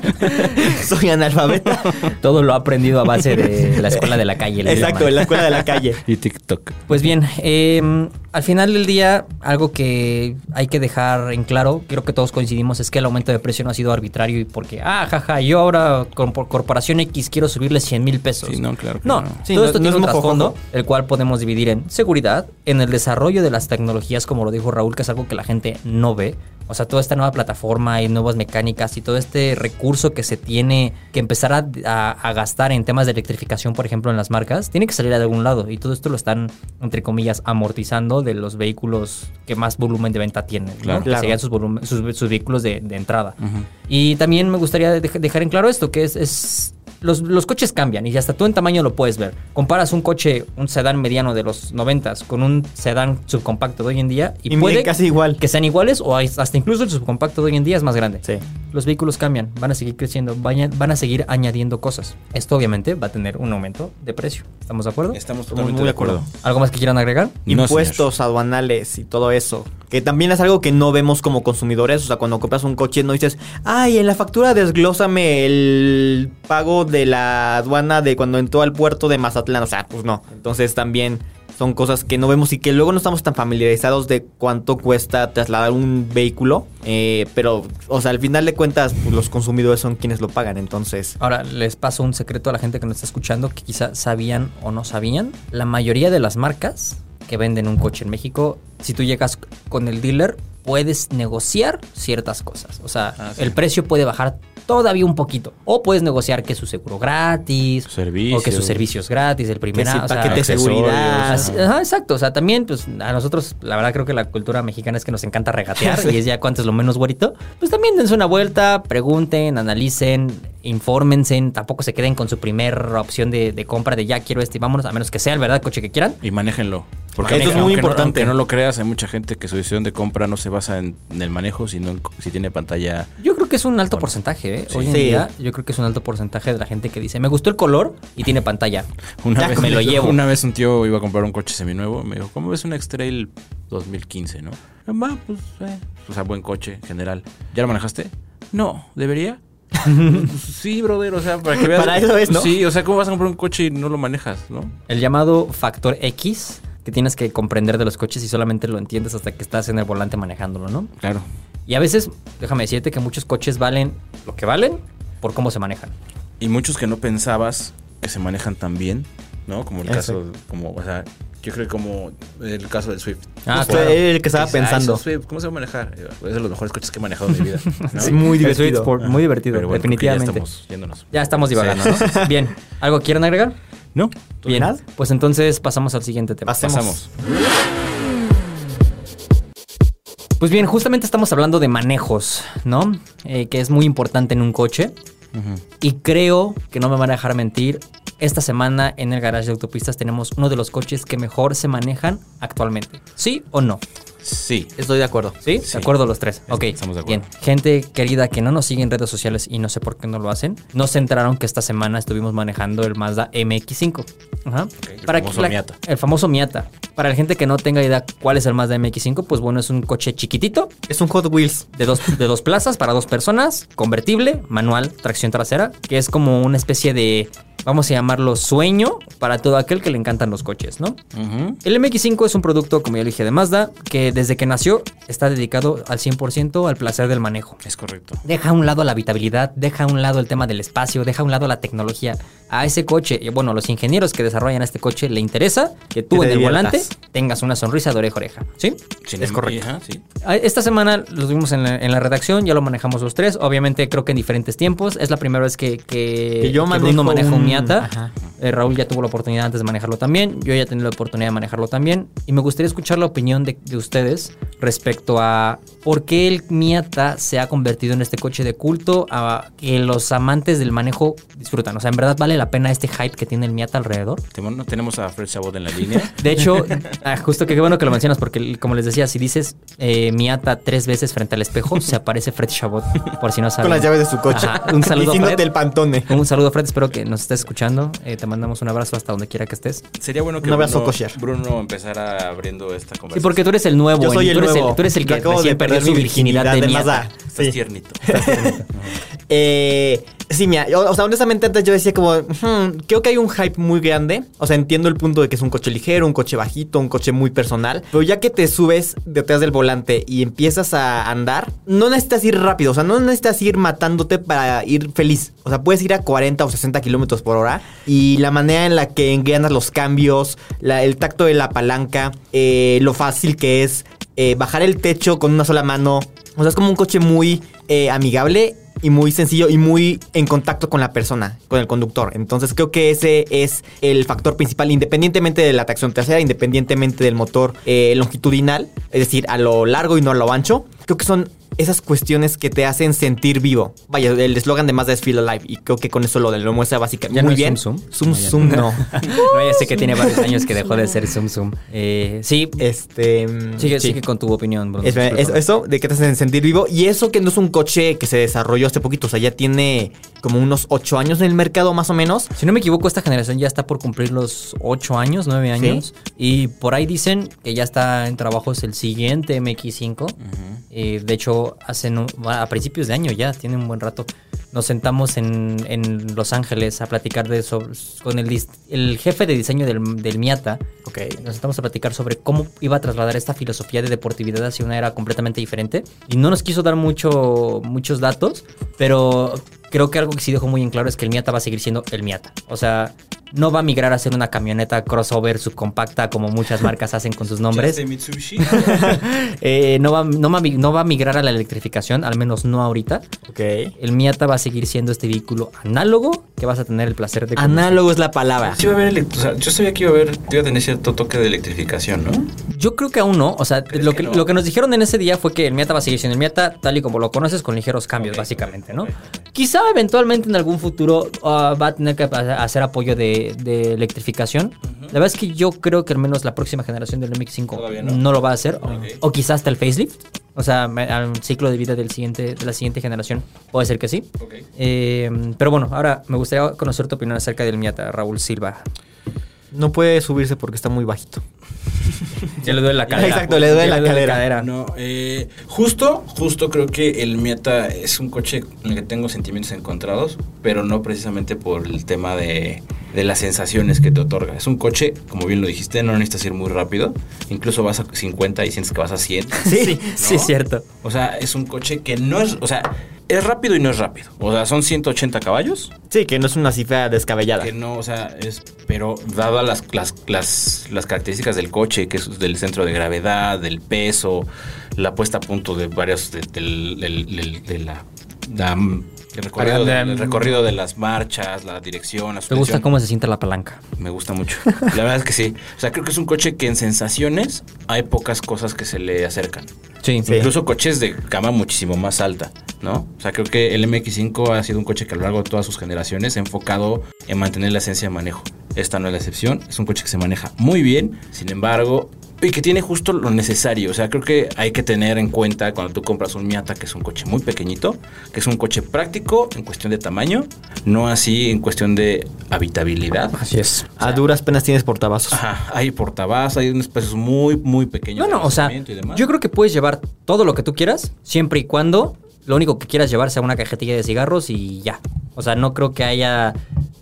Speaker 3: Soy analfabeta.
Speaker 1: Todo lo he aprendido a base de la escuela de la calle. le
Speaker 3: Exacto,
Speaker 1: llaman.
Speaker 3: en la escuela de la calle.
Speaker 2: y TikTok.
Speaker 1: Pues bien, eh, al final del día, algo que hay que dejar en claro, creo que todos coincidimos, es que el aumento de precio no ha sido arbitrario y porque, ah, jaja, yo ahora con por corporación X quiero subirle 100 mil pesos.
Speaker 2: Sí, no, claro que
Speaker 1: No,
Speaker 2: no.
Speaker 3: Sí,
Speaker 1: todo
Speaker 3: no-
Speaker 1: esto
Speaker 3: no
Speaker 1: tiene
Speaker 3: es
Speaker 1: un
Speaker 3: mojojojo.
Speaker 1: trasfondo, el cual podemos dividir en seguridad, en el desarrollo de las tecnologías, como lo dijo Raúl, que es algo que la gente no ve. O sea, toda esta nueva plataforma y nuevas mecánicas y todo este recurso que se tiene que empezar a, a- a gastar en temas de electrificación, por ejemplo, en las marcas, tiene que salir de algún lado. Y todo esto lo están, entre comillas, amortizando de los vehículos que más volumen de venta tienen. ¿no?
Speaker 2: Claro.
Speaker 1: Que
Speaker 3: Claro.
Speaker 1: serían sus, volumen- sus, sus vehículos de, de entrada.
Speaker 2: Ujú.
Speaker 1: Y también me gustaría dej- dejar en claro esto, que es... es- los, los coches cambian y hasta tú en tamaño lo puedes ver. Comparas un coche, un sedán mediano de los 90 con un sedán subcompacto de hoy en día y,
Speaker 3: Y,
Speaker 1: puede
Speaker 3: mide casi igual.
Speaker 1: que sean iguales o hay- hasta incluso el subcompacto de hoy en día es más grande.
Speaker 3: Sí.
Speaker 1: Los vehículos cambian, van a seguir creciendo, vaya- van a seguir añadiendo cosas. Esto obviamente va a tener un aumento de precio. ¿Estamos de acuerdo?
Speaker 2: Estamos
Speaker 3: Estamos
Speaker 2: totalmente
Speaker 3: muy
Speaker 2: de
Speaker 3: de
Speaker 2: acuerdo.
Speaker 3: acuerdo.
Speaker 1: ¿Algo más que quieran agregar?
Speaker 2: No,
Speaker 3: Impuestos aduanales y todo eso. Que también es algo que no vemos como consumidores. O sea, cuando compras un coche no dices, ay, en la factura desglósame el pago de la aduana de cuando entró al puerto de Mazatlán. O sea, pues no. Entonces también son cosas que no vemos y que luego no estamos tan familiarizados de cuánto cuesta trasladar un vehículo. Eh, pero, o sea, al final de cuentas, pues, los consumidores son quienes lo pagan. Entonces,
Speaker 1: Ahora, les paso un secreto a la gente que nos está escuchando que quizá sabían o no sabían. La mayoría de las marcas que venden un coche en México, si tú llegas con el dealer, puedes negociar ciertas cosas. O sea,
Speaker 2: Ah, sí.
Speaker 1: el precio puede bajar todavía un poquito. O puedes negociar que su seguro gratis,
Speaker 2: Servicios.
Speaker 1: o que sus servicios gratis, el
Speaker 3: que
Speaker 1: primer
Speaker 3: si
Speaker 1: o sea,
Speaker 3: paquete de
Speaker 2: accesorios,
Speaker 3: seguridad.
Speaker 1: Así- ajá, exacto. O sea, también, pues, a nosotros, la verdad, creo que la cultura mexicana es que nos encanta regatear y es ya cuanto es lo menos güerito. Pues también dense una vuelta, pregunten, analicen, infórmense. Tampoco se queden con su primera opción de, de compra de ya quiero este y vámonos, a menos que sea el verdad coche que quieran.
Speaker 2: Y manéjenlo.
Speaker 3: Esto es
Speaker 2: aunque-
Speaker 3: muy
Speaker 2: aunque no-
Speaker 3: importante.
Speaker 2: aunque no lo creas, hay mucha gente que su decisión de compra no se basa en, en el manejo, sino en co- si tiene pantalla.
Speaker 1: Yo creo que es un alto porcentaje, ¿eh? Hoy en
Speaker 3: Sí.
Speaker 1: día, yo creo que es un alto porcentaje de la gente que dice, me gustó el color y tiene pantalla.
Speaker 2: Una
Speaker 1: Ya
Speaker 2: vez,
Speaker 1: me lo llevo.
Speaker 2: Una vez un tío iba a comprar un coche seminuevo. Me dijo, ¿cómo ves un X-Trail 2015, no? Mamá, pues, eh, o sea, buen coche en general. ¿Ya lo manejaste? No, ¿debería? sí, brother, o sea, para que veas.
Speaker 3: Para eso es, ¿no?
Speaker 2: Sí, o sea, ¿cómo vas a comprar un coche y no lo manejas, no?
Speaker 1: El llamado factor X que tienes que comprender de los coches y solamente lo entiendes hasta que estás en el volante manejándolo, ¿no?
Speaker 2: Claro.
Speaker 1: Y a veces, déjame decirte que muchos coches valen lo que valen por cómo se manejan.
Speaker 2: Y muchos que no pensabas que se manejan tan bien, ¿no? Como el caso, como, o sea, yo creo que como el caso del Swift.
Speaker 1: Ah,
Speaker 3: Justo
Speaker 1: claro.
Speaker 3: el que estaba
Speaker 2: Dices, "Ah,
Speaker 3: pensando.
Speaker 2: ese Swift, ¿Cómo se va a manejar? Eh, Es de los mejores coches que he manejado en mi vida. ¿no?
Speaker 3: Sí, muy
Speaker 1: El sweet
Speaker 3: divertido.
Speaker 1: sport, muy divertido,
Speaker 2: Pero bueno, creo que
Speaker 1: definitivamente.
Speaker 2: Ya estamos yéndonos.
Speaker 1: Ya estamos divagando, ¿no? Bien. ¿Algo quieren agregar?
Speaker 2: ¿No?
Speaker 1: Bien.
Speaker 3: ¿Nada?
Speaker 1: Pues entonces pasamos al siguiente tema.
Speaker 3: Pasemos.
Speaker 2: Pasamos.
Speaker 1: Pues bien, justamente estamos hablando de manejos, ¿no? Eh, que es muy importante en un coche. Y creo que no me van a dejar mentir. Esta semana en el garage de autopistas tenemos uno de los coches que mejor se manejan actualmente. ¿Sí o no?
Speaker 2: Sí.
Speaker 3: Estoy de acuerdo.
Speaker 1: ¿Sí?
Speaker 2: Sí.
Speaker 1: De acuerdo los tres. Ok.
Speaker 2: estamos de acuerdo.
Speaker 1: Bien. Gente querida que no nos sigue en redes sociales y no sé por qué no lo hacen, no se enteraron que esta semana estuvimos manejando el Mazda MX5. Ajá.
Speaker 2: el famoso Miata.
Speaker 1: El famoso Miata. Para la gente que no tenga idea cuál es el Mazda MX5, pues bueno, es un coche chiquitito,
Speaker 3: Es un Hot Wheels.
Speaker 1: de dos, de dos plazas para dos personas, convertible, manual, tracción trasera, que es como una especie de, vamos a llamarlo sueño para todo aquel que le encantan los coches, ¿no?
Speaker 2: Ujú.
Speaker 1: El MX5 es un producto, como ya lo dije, de Mazda, que desde que nació está dedicado al 100% al placer del manejo.
Speaker 2: Es correcto.
Speaker 1: Deja a un lado la habitabilidad, deja a un lado el tema del espacio, deja a un lado la tecnología. A ese coche, y bueno, a los ingenieros que desarrollan este coche, le interesa que tú
Speaker 3: Que
Speaker 1: en
Speaker 3: te
Speaker 1: el volante
Speaker 3: diviertas.
Speaker 1: tengas una sonrisa de oreja a oreja. ¿Sí?
Speaker 2: Sin
Speaker 1: es
Speaker 2: em-
Speaker 1: correcto.
Speaker 2: Ajá, sí.
Speaker 1: Ah, Esta semana los vimos en la, en la redacción, ya lo manejamos los tres. Obviamente creo que en diferentes tiempos. Es la primera vez que, que,
Speaker 3: Que yo
Speaker 1: Bruno
Speaker 3: manejo
Speaker 1: maneja un
Speaker 3: un-
Speaker 1: Miata.
Speaker 3: Ajá.
Speaker 1: Es Eh, Raúl ya tuvo la oportunidad antes de manejarlo también. Yo ya he tenido la oportunidad de manejarlo también. Y me gustaría escuchar la opinión de, de ustedes respecto a por qué el Miata se ha convertido en este coche de culto a que los amantes del manejo disfrutan. O sea, ¿en verdad vale la pena este hype que tiene el Miata alrededor?
Speaker 2: Timón, no tenemos a Fred Chabot en la línea.
Speaker 1: De hecho, ah, justo que qué bueno que lo mencionas, porque como les decía, si dices eh, Miata tres veces frente al espejo, se aparece Fred Chabot, por si no saben.
Speaker 3: Con las llaves de su coche.
Speaker 1: Ajá, Un saludo a
Speaker 3: Diciéndote
Speaker 1: Fred.
Speaker 3: el pantone.
Speaker 1: Un saludo, Fred. Espero que nos estés escuchando. Eh, te mandamos un abrazo hasta donde quiera que estés.
Speaker 2: Sería bueno que
Speaker 3: Un abrazo,
Speaker 2: Bruno,
Speaker 3: Kosher.
Speaker 2: Bruno empezara abriendo esta
Speaker 1: Sí,
Speaker 2: conversación.
Speaker 1: porque tú eres el nuevo.
Speaker 3: Yo soy
Speaker 1: y
Speaker 3: el
Speaker 1: tú, eres
Speaker 3: nuevo.
Speaker 1: el, tú eres el
Speaker 3: Yo
Speaker 1: que
Speaker 3: acabo de
Speaker 1: recién perdió
Speaker 3: perder
Speaker 1: su
Speaker 3: mi
Speaker 1: virginidad,
Speaker 3: virginidad
Speaker 1: de
Speaker 3: del
Speaker 1: Miata.
Speaker 3: Mazda.
Speaker 2: Estás
Speaker 3: Sí.
Speaker 2: tiernito.
Speaker 3: Eh, sí, mira, o, o sea, honestamente antes yo decía como, "Hmm, creo que hay un hype muy grande. O sea, entiendo el punto de que es un coche ligero, un coche bajito, un coche muy personal. Pero ya que te subes detrás del volante y empiezas a andar, no necesitas ir rápido, o sea, no necesitas ir matándote para ir feliz. O sea, puedes ir a 40 o 60 kilómetros por hora y la manera en la que engranas los cambios, la- el tacto de la palanca, eh, lo fácil que es eh, bajar el techo con una sola mano. O sea, es como un coche muy eh, amigable y muy sencillo y muy en contacto con la persona, con el conductor. Entonces creo que ese es el factor principal, independientemente de la tracción trasera, independientemente del motor eh, longitudinal, es decir, a lo largo y no a lo ancho. Creo que son esas cuestiones que te hacen sentir vivo. Vaya, el eslogan de Mazda es Feel Alive y creo que con eso lo, lo muestra básicamente.
Speaker 1: ¿Ya no
Speaker 3: Muy
Speaker 1: es
Speaker 3: bien.
Speaker 1: Zoom Zoom?
Speaker 3: Zoom
Speaker 1: No, ya
Speaker 3: Zoom, no.
Speaker 1: no, ya sé que tiene varios años que dejó de ser Zoom Zoom. Eh, sí,
Speaker 3: Este. mm,
Speaker 1: sigue,
Speaker 3: sí.
Speaker 1: sigue con tu opinión, Bruno.
Speaker 3: Es- es-
Speaker 1: Discúlpame.
Speaker 3: eso de que te hacen sentir vivo. Y eso que no es un coche que se desarrolló hace poquito. O sea, ya tiene como unos 8 años en el mercado más o menos.
Speaker 1: Si no me equivoco, esta generación ya está por cumplir los 8 años, 9 años. Y por ahí dicen que ya está en trabajos el siguiente MX5. Eh, de hecho, hacen un- a principios de año ya, tiene un buen rato. Nos sentamos en, en Los Ángeles a platicar de eso con el, dis- el jefe de diseño del, del Miata.
Speaker 3: Ok.
Speaker 1: Nos sentamos a platicar sobre cómo iba a trasladar esta filosofía de deportividad hacia una era completamente diferente. Y no nos quiso dar mucho, muchos datos, pero creo que algo que sí dejó muy en claro es que el Miata va a seguir siendo el Miata. O sea, no va a migrar a ser una camioneta crossover subcompacta como muchas marcas hacen con sus nombres.
Speaker 2: Este Mitsubishi.
Speaker 1: Eh, no, va, no, va, a mi- no va a migrar a la electrificación, al menos no ahorita.
Speaker 3: Ok.
Speaker 1: El Miata va a seguir siendo este vehículo análogo que vas a tener el placer de conducir.
Speaker 3: Análogo es la palabra.
Speaker 2: Sí, iba a haber elec- o sea, yo sabía que iba a haber, iba a tener cierto toque de electrificación, ¿no?
Speaker 1: Yo creo que aún no. O sea,
Speaker 2: ¿Crees
Speaker 1: lo
Speaker 2: que
Speaker 1: que,
Speaker 2: no?
Speaker 1: lo que nos dijeron en ese día fue que el Miata va a seguir siendo el Miata tal y como lo conoces, con ligeros cambios,
Speaker 2: Ok,
Speaker 1: básicamente,
Speaker 2: ok,
Speaker 1: ¿no?
Speaker 2: ok.
Speaker 1: Quizá eventualmente en algún futuro ah, va a tener que pa- hacer apoyo de, de electrificación. La verdad es que yo creo que al menos la próxima generación del
Speaker 2: Todavía
Speaker 1: MX5
Speaker 2: no.
Speaker 1: no. lo va a hacer. o-
Speaker 2: Ok.
Speaker 1: O, quizás hasta el facelift. O sea, me- al ciclo de vida del siguiente, de la siguiente generación puede ser que sí.
Speaker 2: Ok.
Speaker 1: Eh, pero bueno, ahora me gustaría conocer tu opinión acerca del Miata, Raúl Silva.
Speaker 3: No puede subirse porque está muy bajito.
Speaker 1: Ya le duele la
Speaker 3: cadera. Exacto, le duele la cadera.
Speaker 2: No, eh, justo, justo creo que el Miata es un coche en el que tengo sentimientos encontrados, pero no precisamente por el tema de, de las sensaciones que te otorga. Es un coche, como bien lo dijiste, no necesitas ir muy rápido. Incluso vas a 50 y sientes que vas a 100.
Speaker 1: Sí, sí,
Speaker 2: ¿No?
Speaker 1: es cierto.
Speaker 2: O sea, es un coche que no es, o sea, es rápido y no es rápido. O sea, son 180 caballos.
Speaker 3: Sí, que no es una cifra descabellada.
Speaker 2: Que no, o sea, es, pero dadas las, las, las, las características del coche, que es del centro de gravedad, del peso, la puesta a punto de varios, de, del- del- del- de la, la- el recorrido, de,
Speaker 1: Variante.
Speaker 2: el recorrido de las marchas, la dirección, la
Speaker 1: ¿Te gusta
Speaker 2: suspensión.
Speaker 1: cómo se siente la palanca?
Speaker 2: Me gusta mucho. La verdad es que sí. O sea, creo que es un coche que en sensaciones hay pocas cosas que se le acercan.
Speaker 1: Sí.
Speaker 3: Sí.
Speaker 2: Incluso coches de gama muchísimo más alta, ¿no? O sea, creo que el MX5 ha sido un coche que a lo largo de todas sus generaciones se ha enfocado en mantener la esencia de manejo. Esta no es la excepción, es un coche que se maneja muy bien, sin embargo, y que tiene justo lo necesario. O sea, creo que hay que tener en cuenta cuando tú compras un Miata, que es un coche muy pequeñito, que es un coche práctico en cuestión de tamaño, no así en cuestión de habitabilidad.
Speaker 1: Así es.
Speaker 3: A duras penas tienes portavasos.
Speaker 2: Ajá, hay portabas, hay unos espacios muy, muy pequeños.
Speaker 1: No,
Speaker 2: de
Speaker 1: no, o sea,
Speaker 2: almacenamiento y demás.
Speaker 1: yo creo que puedes llevar todo lo que tú quieras, siempre y cuando lo único que quieras llevar sea una cajetilla de cigarros y ya. O sea, no creo que haya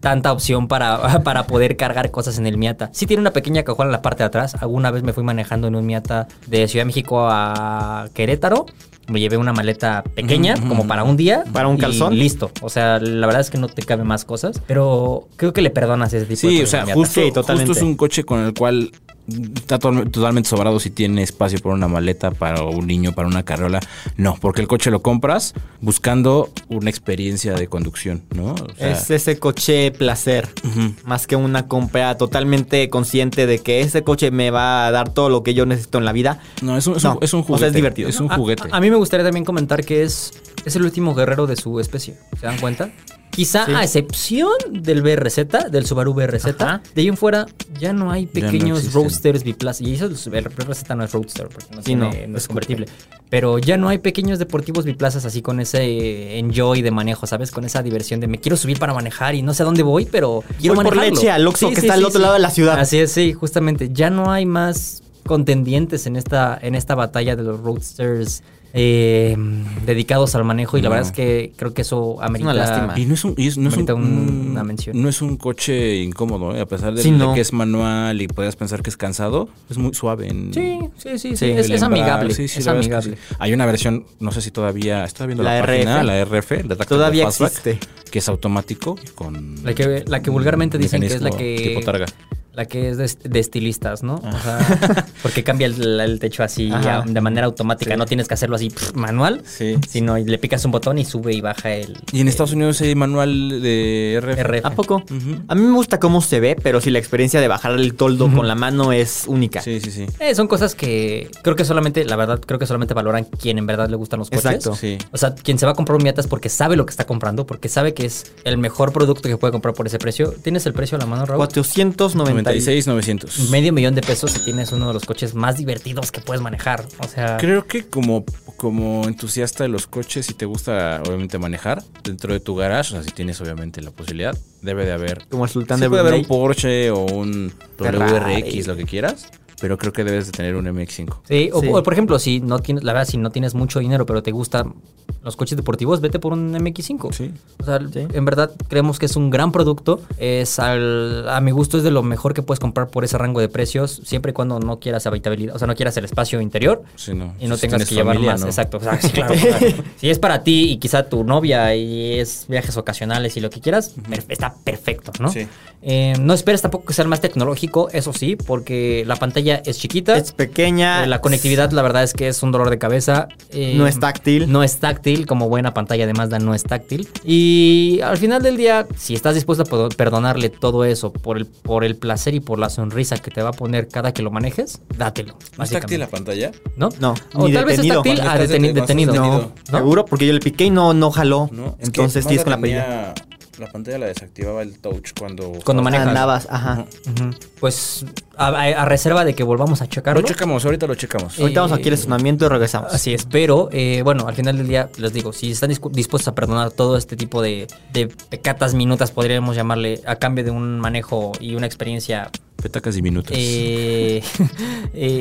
Speaker 1: tanta opción para, para poder cargar cosas en el Miata. Sí tiene una pequeña cajuela en la parte de atrás. Alguna vez me fui manejando en un Miata de Ciudad de México a Querétaro. Me llevé una maleta pequeña,
Speaker 2: Ujú, ujú.
Speaker 1: como para un día.
Speaker 3: Para un
Speaker 1: y
Speaker 3: calzón.
Speaker 1: listo. O sea, la verdad es que no te cabe más cosas. Pero creo que le perdonas ese tipo de
Speaker 2: Sí, o
Speaker 1: cosas
Speaker 2: sea,
Speaker 1: al Miata.
Speaker 2: justo,
Speaker 3: Sí, totalmente.
Speaker 2: justo es un coche con el cual está to- totalmente sobrado si tiene espacio para una maleta, para un niño, para una carriola. No, porque el coche lo compras buscando una experiencia de conducción, ¿no? O sea,
Speaker 3: es ese coche placer,
Speaker 2: Ujú.
Speaker 3: más que una compra totalmente consciente de que ese coche me va a dar todo lo que yo necesito en la vida.
Speaker 2: No, es un, es
Speaker 3: No,
Speaker 2: un- es un
Speaker 3: o sea,
Speaker 2: juguete.
Speaker 3: es divertido.
Speaker 2: Es un
Speaker 1: A-
Speaker 2: juguete.
Speaker 1: A, a mí me gustaría también comentar que es, es el último guerrero de su especie. ¿Se dan cuenta? Quizá
Speaker 3: Sí.
Speaker 1: a excepción del BRZ, del Subaru BRZ,
Speaker 3: Ajá.
Speaker 1: de ahí en fuera ya no hay
Speaker 2: Ya no
Speaker 1: pequeños
Speaker 2: existen.
Speaker 1: roadsters biplaza. Y eso es- el BRZ no es roadster porque no,
Speaker 3: Sí, no,
Speaker 1: tiene- no
Speaker 3: es
Speaker 1: es convertible. Pero ya no hay pequeños deportivos biplazas así con ese eh, enjoy de manejo, ¿sabes? Con esa diversión de me quiero subir para manejar y no sé a dónde voy, pero quiero
Speaker 3: Voy por
Speaker 1: manejarlo.
Speaker 3: leche al Oxxo que está al otro lado de la ciudad.
Speaker 1: Así es, sí, justamente. Ya no hay más contendientes en esta, en esta batalla de los roadsters eh, dedicados al manejo. Y la
Speaker 2: No.
Speaker 1: verdad es que creo que eso amerita.
Speaker 3: lástima.
Speaker 2: Y no es un, y es- no es un-
Speaker 1: Merita un-
Speaker 2: mm,
Speaker 1: una mención.
Speaker 2: no es un coche incómodo, ¿eh? a pesar de,
Speaker 3: Sí,
Speaker 2: de
Speaker 3: no.
Speaker 2: que es manual y podrías pensar que es cansado, es muy suave. En,
Speaker 1: Sí, sí, sí, sí,
Speaker 3: Sí,
Speaker 1: es,
Speaker 2: el
Speaker 1: es
Speaker 2: embrague.
Speaker 1: amigable.
Speaker 2: Sí, sí,
Speaker 1: es
Speaker 2: la verdad es que
Speaker 1: amigable.
Speaker 2: sí. Hay una versión, no sé si todavía, estaba viendo la,
Speaker 3: La
Speaker 2: página,
Speaker 3: RF.
Speaker 2: la RF, la Tactical
Speaker 3: Todavía
Speaker 2: Fastback,
Speaker 3: existe.
Speaker 2: que es automático con
Speaker 1: La que, la que vulgarmente dicen que es la que.
Speaker 2: mecanismo tipo targa.
Speaker 1: La que es de, est- de estilistas, ¿no? O sea, porque cambia el, el techo así
Speaker 3: Ajá.
Speaker 1: a- de manera automática. No tienes que hacerlo así pff, manual,
Speaker 2: Sí.
Speaker 1: sino le picas un botón y sube y baja el.
Speaker 2: Y en Estados Unidos hay manual de RF.
Speaker 1: RF.
Speaker 3: ¿A poco?
Speaker 2: Ujú.
Speaker 3: A mí me gusta cómo se ve, pero sí la experiencia de bajar el toldo con la mano es única.
Speaker 2: Sí, sí, sí.
Speaker 1: Eh, son cosas que creo que solamente, la verdad, creo que solamente valoran quien en verdad le gustan los coches.
Speaker 3: Exacto.
Speaker 2: Sí.
Speaker 1: O sea, quien se va a comprar un Miata es porque sabe lo que está comprando, porque sabe que es el mejor producto que puede comprar por ese precio. ¿Tienes el precio a la mano, Raúl?
Speaker 3: 496.
Speaker 2: 96, 900.
Speaker 1: Medio millón de pesos si tienes uno de los coches más divertidos que puedes manejar. O sea,
Speaker 2: Creo que como, como entusiasta de los coches, si te gusta obviamente manejar dentro de tu garage, o sea, si tienes obviamente la posibilidad, debe de haber.
Speaker 3: Como el sultán
Speaker 2: Sí
Speaker 3: de
Speaker 2: puede haber
Speaker 3: Brunei.
Speaker 2: un Porsche o un
Speaker 3: Ferrari.
Speaker 2: WRX, lo que quieras, pero creo que debes de tener un MX5.
Speaker 1: Sí, o,
Speaker 3: Sí.
Speaker 1: o, por ejemplo, si no tienes, la verdad, si no tienes mucho dinero, pero te gustan los coches deportivos, vete por un MX5.
Speaker 2: Sí.
Speaker 1: O sea, en verdad creemos que es un gran producto. Es al, a mi gusto es de lo mejor que puedes comprar por ese rango de precios, siempre y cuando no quieras habitabilidad, o sea, no quieras el espacio interior
Speaker 2: Sí, no.
Speaker 1: y no tengas
Speaker 2: Si tienes
Speaker 1: que llevar
Speaker 2: familia,
Speaker 1: más.
Speaker 2: ¿no?
Speaker 1: Exacto. o sea, sí, claro, claro. Si es para ti y quizá tu novia y es viajes ocasionales y lo que quieras, per- está perfecto, ¿no?
Speaker 2: Sí.
Speaker 1: Eh, no esperes tampoco que sea el más tecnológico, eso sí, porque la pantalla es chiquita.
Speaker 3: Es pequeña.
Speaker 1: Eh, la conectividad, la verdad es que es un dolor de cabeza. Eh,
Speaker 3: No es táctil.
Speaker 1: No es táctil, como buena pantalla de Mazda no es táctil. Y al final del día, si estás dispuesto a podo- perdonarle todo eso por el, por el placer y por la sonrisa que te va a poner cada que lo manejes, dátelo.
Speaker 2: ¿No es
Speaker 1: básicamente,
Speaker 2: táctil la pantalla?
Speaker 1: ¿no?
Speaker 3: No,
Speaker 1: O
Speaker 3: ni
Speaker 1: tal vez es
Speaker 3: detenido.
Speaker 1: táctil
Speaker 2: Cuando
Speaker 1: a
Speaker 2: estás
Speaker 1: deteni-
Speaker 2: detenido,
Speaker 1: detenido.
Speaker 2: estás
Speaker 1: No.
Speaker 2: detenido.
Speaker 3: Seguro, porque yo le piqué y no, no jaló.
Speaker 2: No. Es que
Speaker 3: Entonces
Speaker 2: Mazda
Speaker 3: tienes con la pelilla.
Speaker 2: tenía- La pantalla la desactivaba el touch cuando.
Speaker 1: Cuando manejas.
Speaker 3: Andabas, ajá.
Speaker 1: Ujú. Pues a, a- a reserva de que volvamos a
Speaker 2: Lo
Speaker 1: checarlo.
Speaker 2: checamos, ahorita lo checamos.
Speaker 1: Eh,
Speaker 3: Ahorita vamos aquí al estacionamiento y regresamos.
Speaker 1: Así es, pero eh, bueno, al final del día les digo, si están discu- dispuestos a perdonar todo este tipo de, de pecatas minutas, podríamos llamarle, a cambio de un manejo y una experiencia
Speaker 2: Petacas diminutas.
Speaker 1: eh, eh,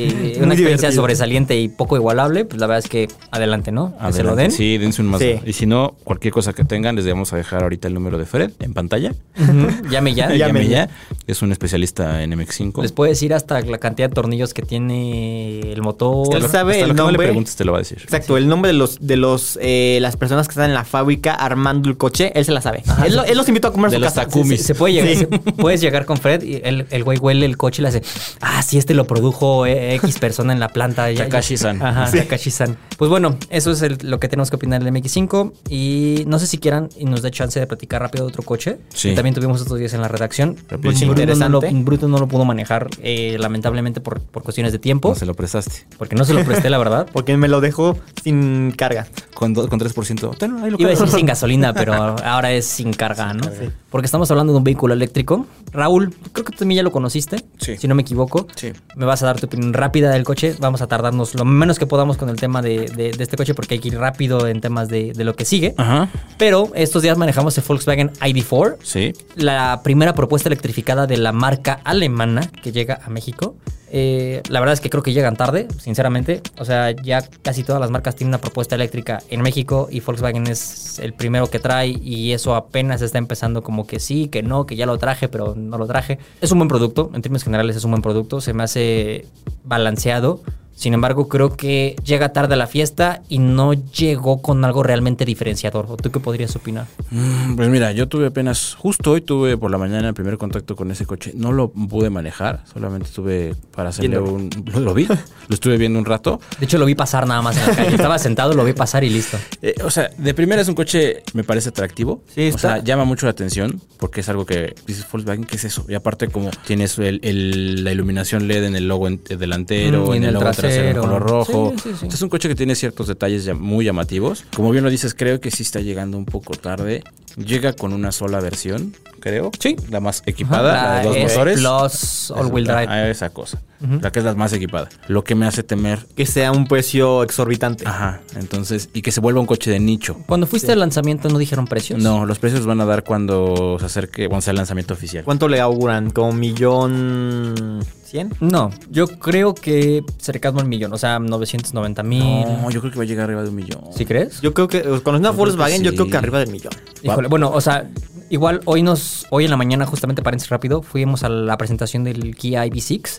Speaker 1: eh,
Speaker 3: Muy
Speaker 1: una experiencia
Speaker 3: divertido.
Speaker 1: sobresaliente y poco igualable, pues la verdad es que adelante, ¿no? Que se lo
Speaker 2: Adelante,
Speaker 1: den.
Speaker 2: Sí, dense un más.
Speaker 3: Sí.
Speaker 2: Y si no, cualquier cosa que tengan, les vamos a dejar ahorita el número de Fred en pantalla.
Speaker 1: Ujú, Llame ya.
Speaker 2: Llame ya. Es un especialista en MX5.
Speaker 1: Les puedes decir hasta la cantidad de tornillos que tiene el motor.
Speaker 3: Él sabe
Speaker 2: Hasta
Speaker 3: el
Speaker 2: lo que no le
Speaker 3: nombre.
Speaker 2: preguntes te lo va a decir.
Speaker 3: Exacto, el nombre de los de los eh, las personas que están en la fábrica armando el coche, él se la sabe. Él, lo- él los invitó a comer
Speaker 2: De
Speaker 3: su
Speaker 2: los
Speaker 3: casa.
Speaker 2: Takumi.
Speaker 1: Se, se puede llegar,
Speaker 3: Sí.
Speaker 1: se- puedes llegar con Fred y el, el güey huele el coche y le hace, ah, sí, este lo produjo eh, X persona en la planta. Ya-
Speaker 2: Takashi-san.
Speaker 1: Ajá, Takashi-san. Pues bueno, eso es el- lo que tenemos que opinar del MX5 y no sé si quieran y nos dé chance de platicar rápido de otro coche.
Speaker 2: Sí.
Speaker 1: que también tuvimos otros días en la redacción.
Speaker 2: Rapidísimo.
Speaker 1: Bruto no, lo,
Speaker 3: Interesante.
Speaker 1: Bruto no lo pudo manejar, eh, lamentablemente por, por cuestiones de tiempo,
Speaker 2: No se lo prestaste.
Speaker 1: porque no se lo presté, la verdad.
Speaker 3: Porque me lo dejó sin carga.
Speaker 2: Con, do- con 3%. Ten, ahí lo
Speaker 1: Iba a
Speaker 2: cargo.
Speaker 1: decir sin gasolina, pero ahora es sin carga, ¿no? Porque estamos hablando de un vehículo eléctrico. Raúl, creo que tú también ya lo conociste,
Speaker 2: Sí.
Speaker 1: si no me equivoco.
Speaker 2: Sí.
Speaker 1: Me vas a dar tu opinión rápida del coche. Vamos a tardarnos lo menos que podamos con el tema de, de- de este coche porque hay que ir rápido en temas de, de lo que sigue.
Speaker 2: Ajá.
Speaker 1: Pero estos días manejamos el Volkswagen ID4,
Speaker 2: Sí.
Speaker 1: la primera propuesta electrificada de la marca alemana que llega a México. Eh, la verdad es que creo que llegan tarde, sinceramente. O sea, ya casi todas las marcas tienen una propuesta eléctrica en México y Volkswagen es el primero que trae y eso apenas está empezando como que sí, que no, que ya lo traje, pero no lo traje. Es un buen producto, en términos generales es un buen producto, se me hace balanceado. Sin embargo, creo que llega tarde a la fiesta y no llegó con algo realmente diferenciador. ¿O tú qué podrías opinar?
Speaker 2: Mm, Pues mira, yo tuve apenas, justo hoy tuve por la mañana el primer contacto con ese coche. No lo pude manejar, solamente estuve para hacerle un... Lo, lo vi, lo estuve viendo un rato.
Speaker 1: De hecho, lo vi pasar nada más en la calle. Estaba sentado, lo vi pasar y listo.
Speaker 2: Eh, o sea, de primera es un coche, me parece atractivo.
Speaker 3: Sí,
Speaker 2: O sea,
Speaker 3: está.
Speaker 2: llama mucho la atención porque es algo que dices, Volkswagen, ¿qué es eso? Y aparte, como tienes el- el- la iluminación LED en el logo en- eh, delantero,
Speaker 1: Mm, y
Speaker 2: en el, logo trasero, en
Speaker 1: trasero.
Speaker 2: color rojo.
Speaker 1: Sí, sí, sí.
Speaker 2: Entonces, es un coche que tiene ciertos detalles ya muy llamativos. Como bien lo dices, creo que sí está llegando un poco tarde. Llega con una sola versión, creo. Sí. La más equipada, Ah, la, de dos
Speaker 1: S
Speaker 2: motores.
Speaker 1: Plus All Wheel
Speaker 2: Esa-
Speaker 1: Drive.
Speaker 2: ah, Esa cosa. La que es la más equipada. Lo que me hace temer.
Speaker 3: Que sea un precio exorbitante.
Speaker 2: Ajá. Entonces, y que se vuelva un coche de nicho.
Speaker 1: Cuando fuiste al lanzamiento, ¿no dijeron precios?
Speaker 2: eh. No, los precios van a dar cuando se acerque, cuando sea el lanzamiento oficial.
Speaker 3: ¿Cuánto le auguran? ¿Como un millón cien?
Speaker 1: No, yo creo que cercano al millón, o sea, 990 mil.
Speaker 2: No, yo creo que va a llegar arriba de un millón.
Speaker 1: ¿Sí crees?
Speaker 3: Yo creo que, eh, conociendo a
Speaker 2: creo que
Speaker 3: Volkswagen, yo
Speaker 2: sí.
Speaker 3: creo que arriba del millón.
Speaker 1: Híjole, bueno, o sea, igual hoy nos, hoy en la mañana, justamente para irse rápido, fuimos a la presentación del Kia ID6,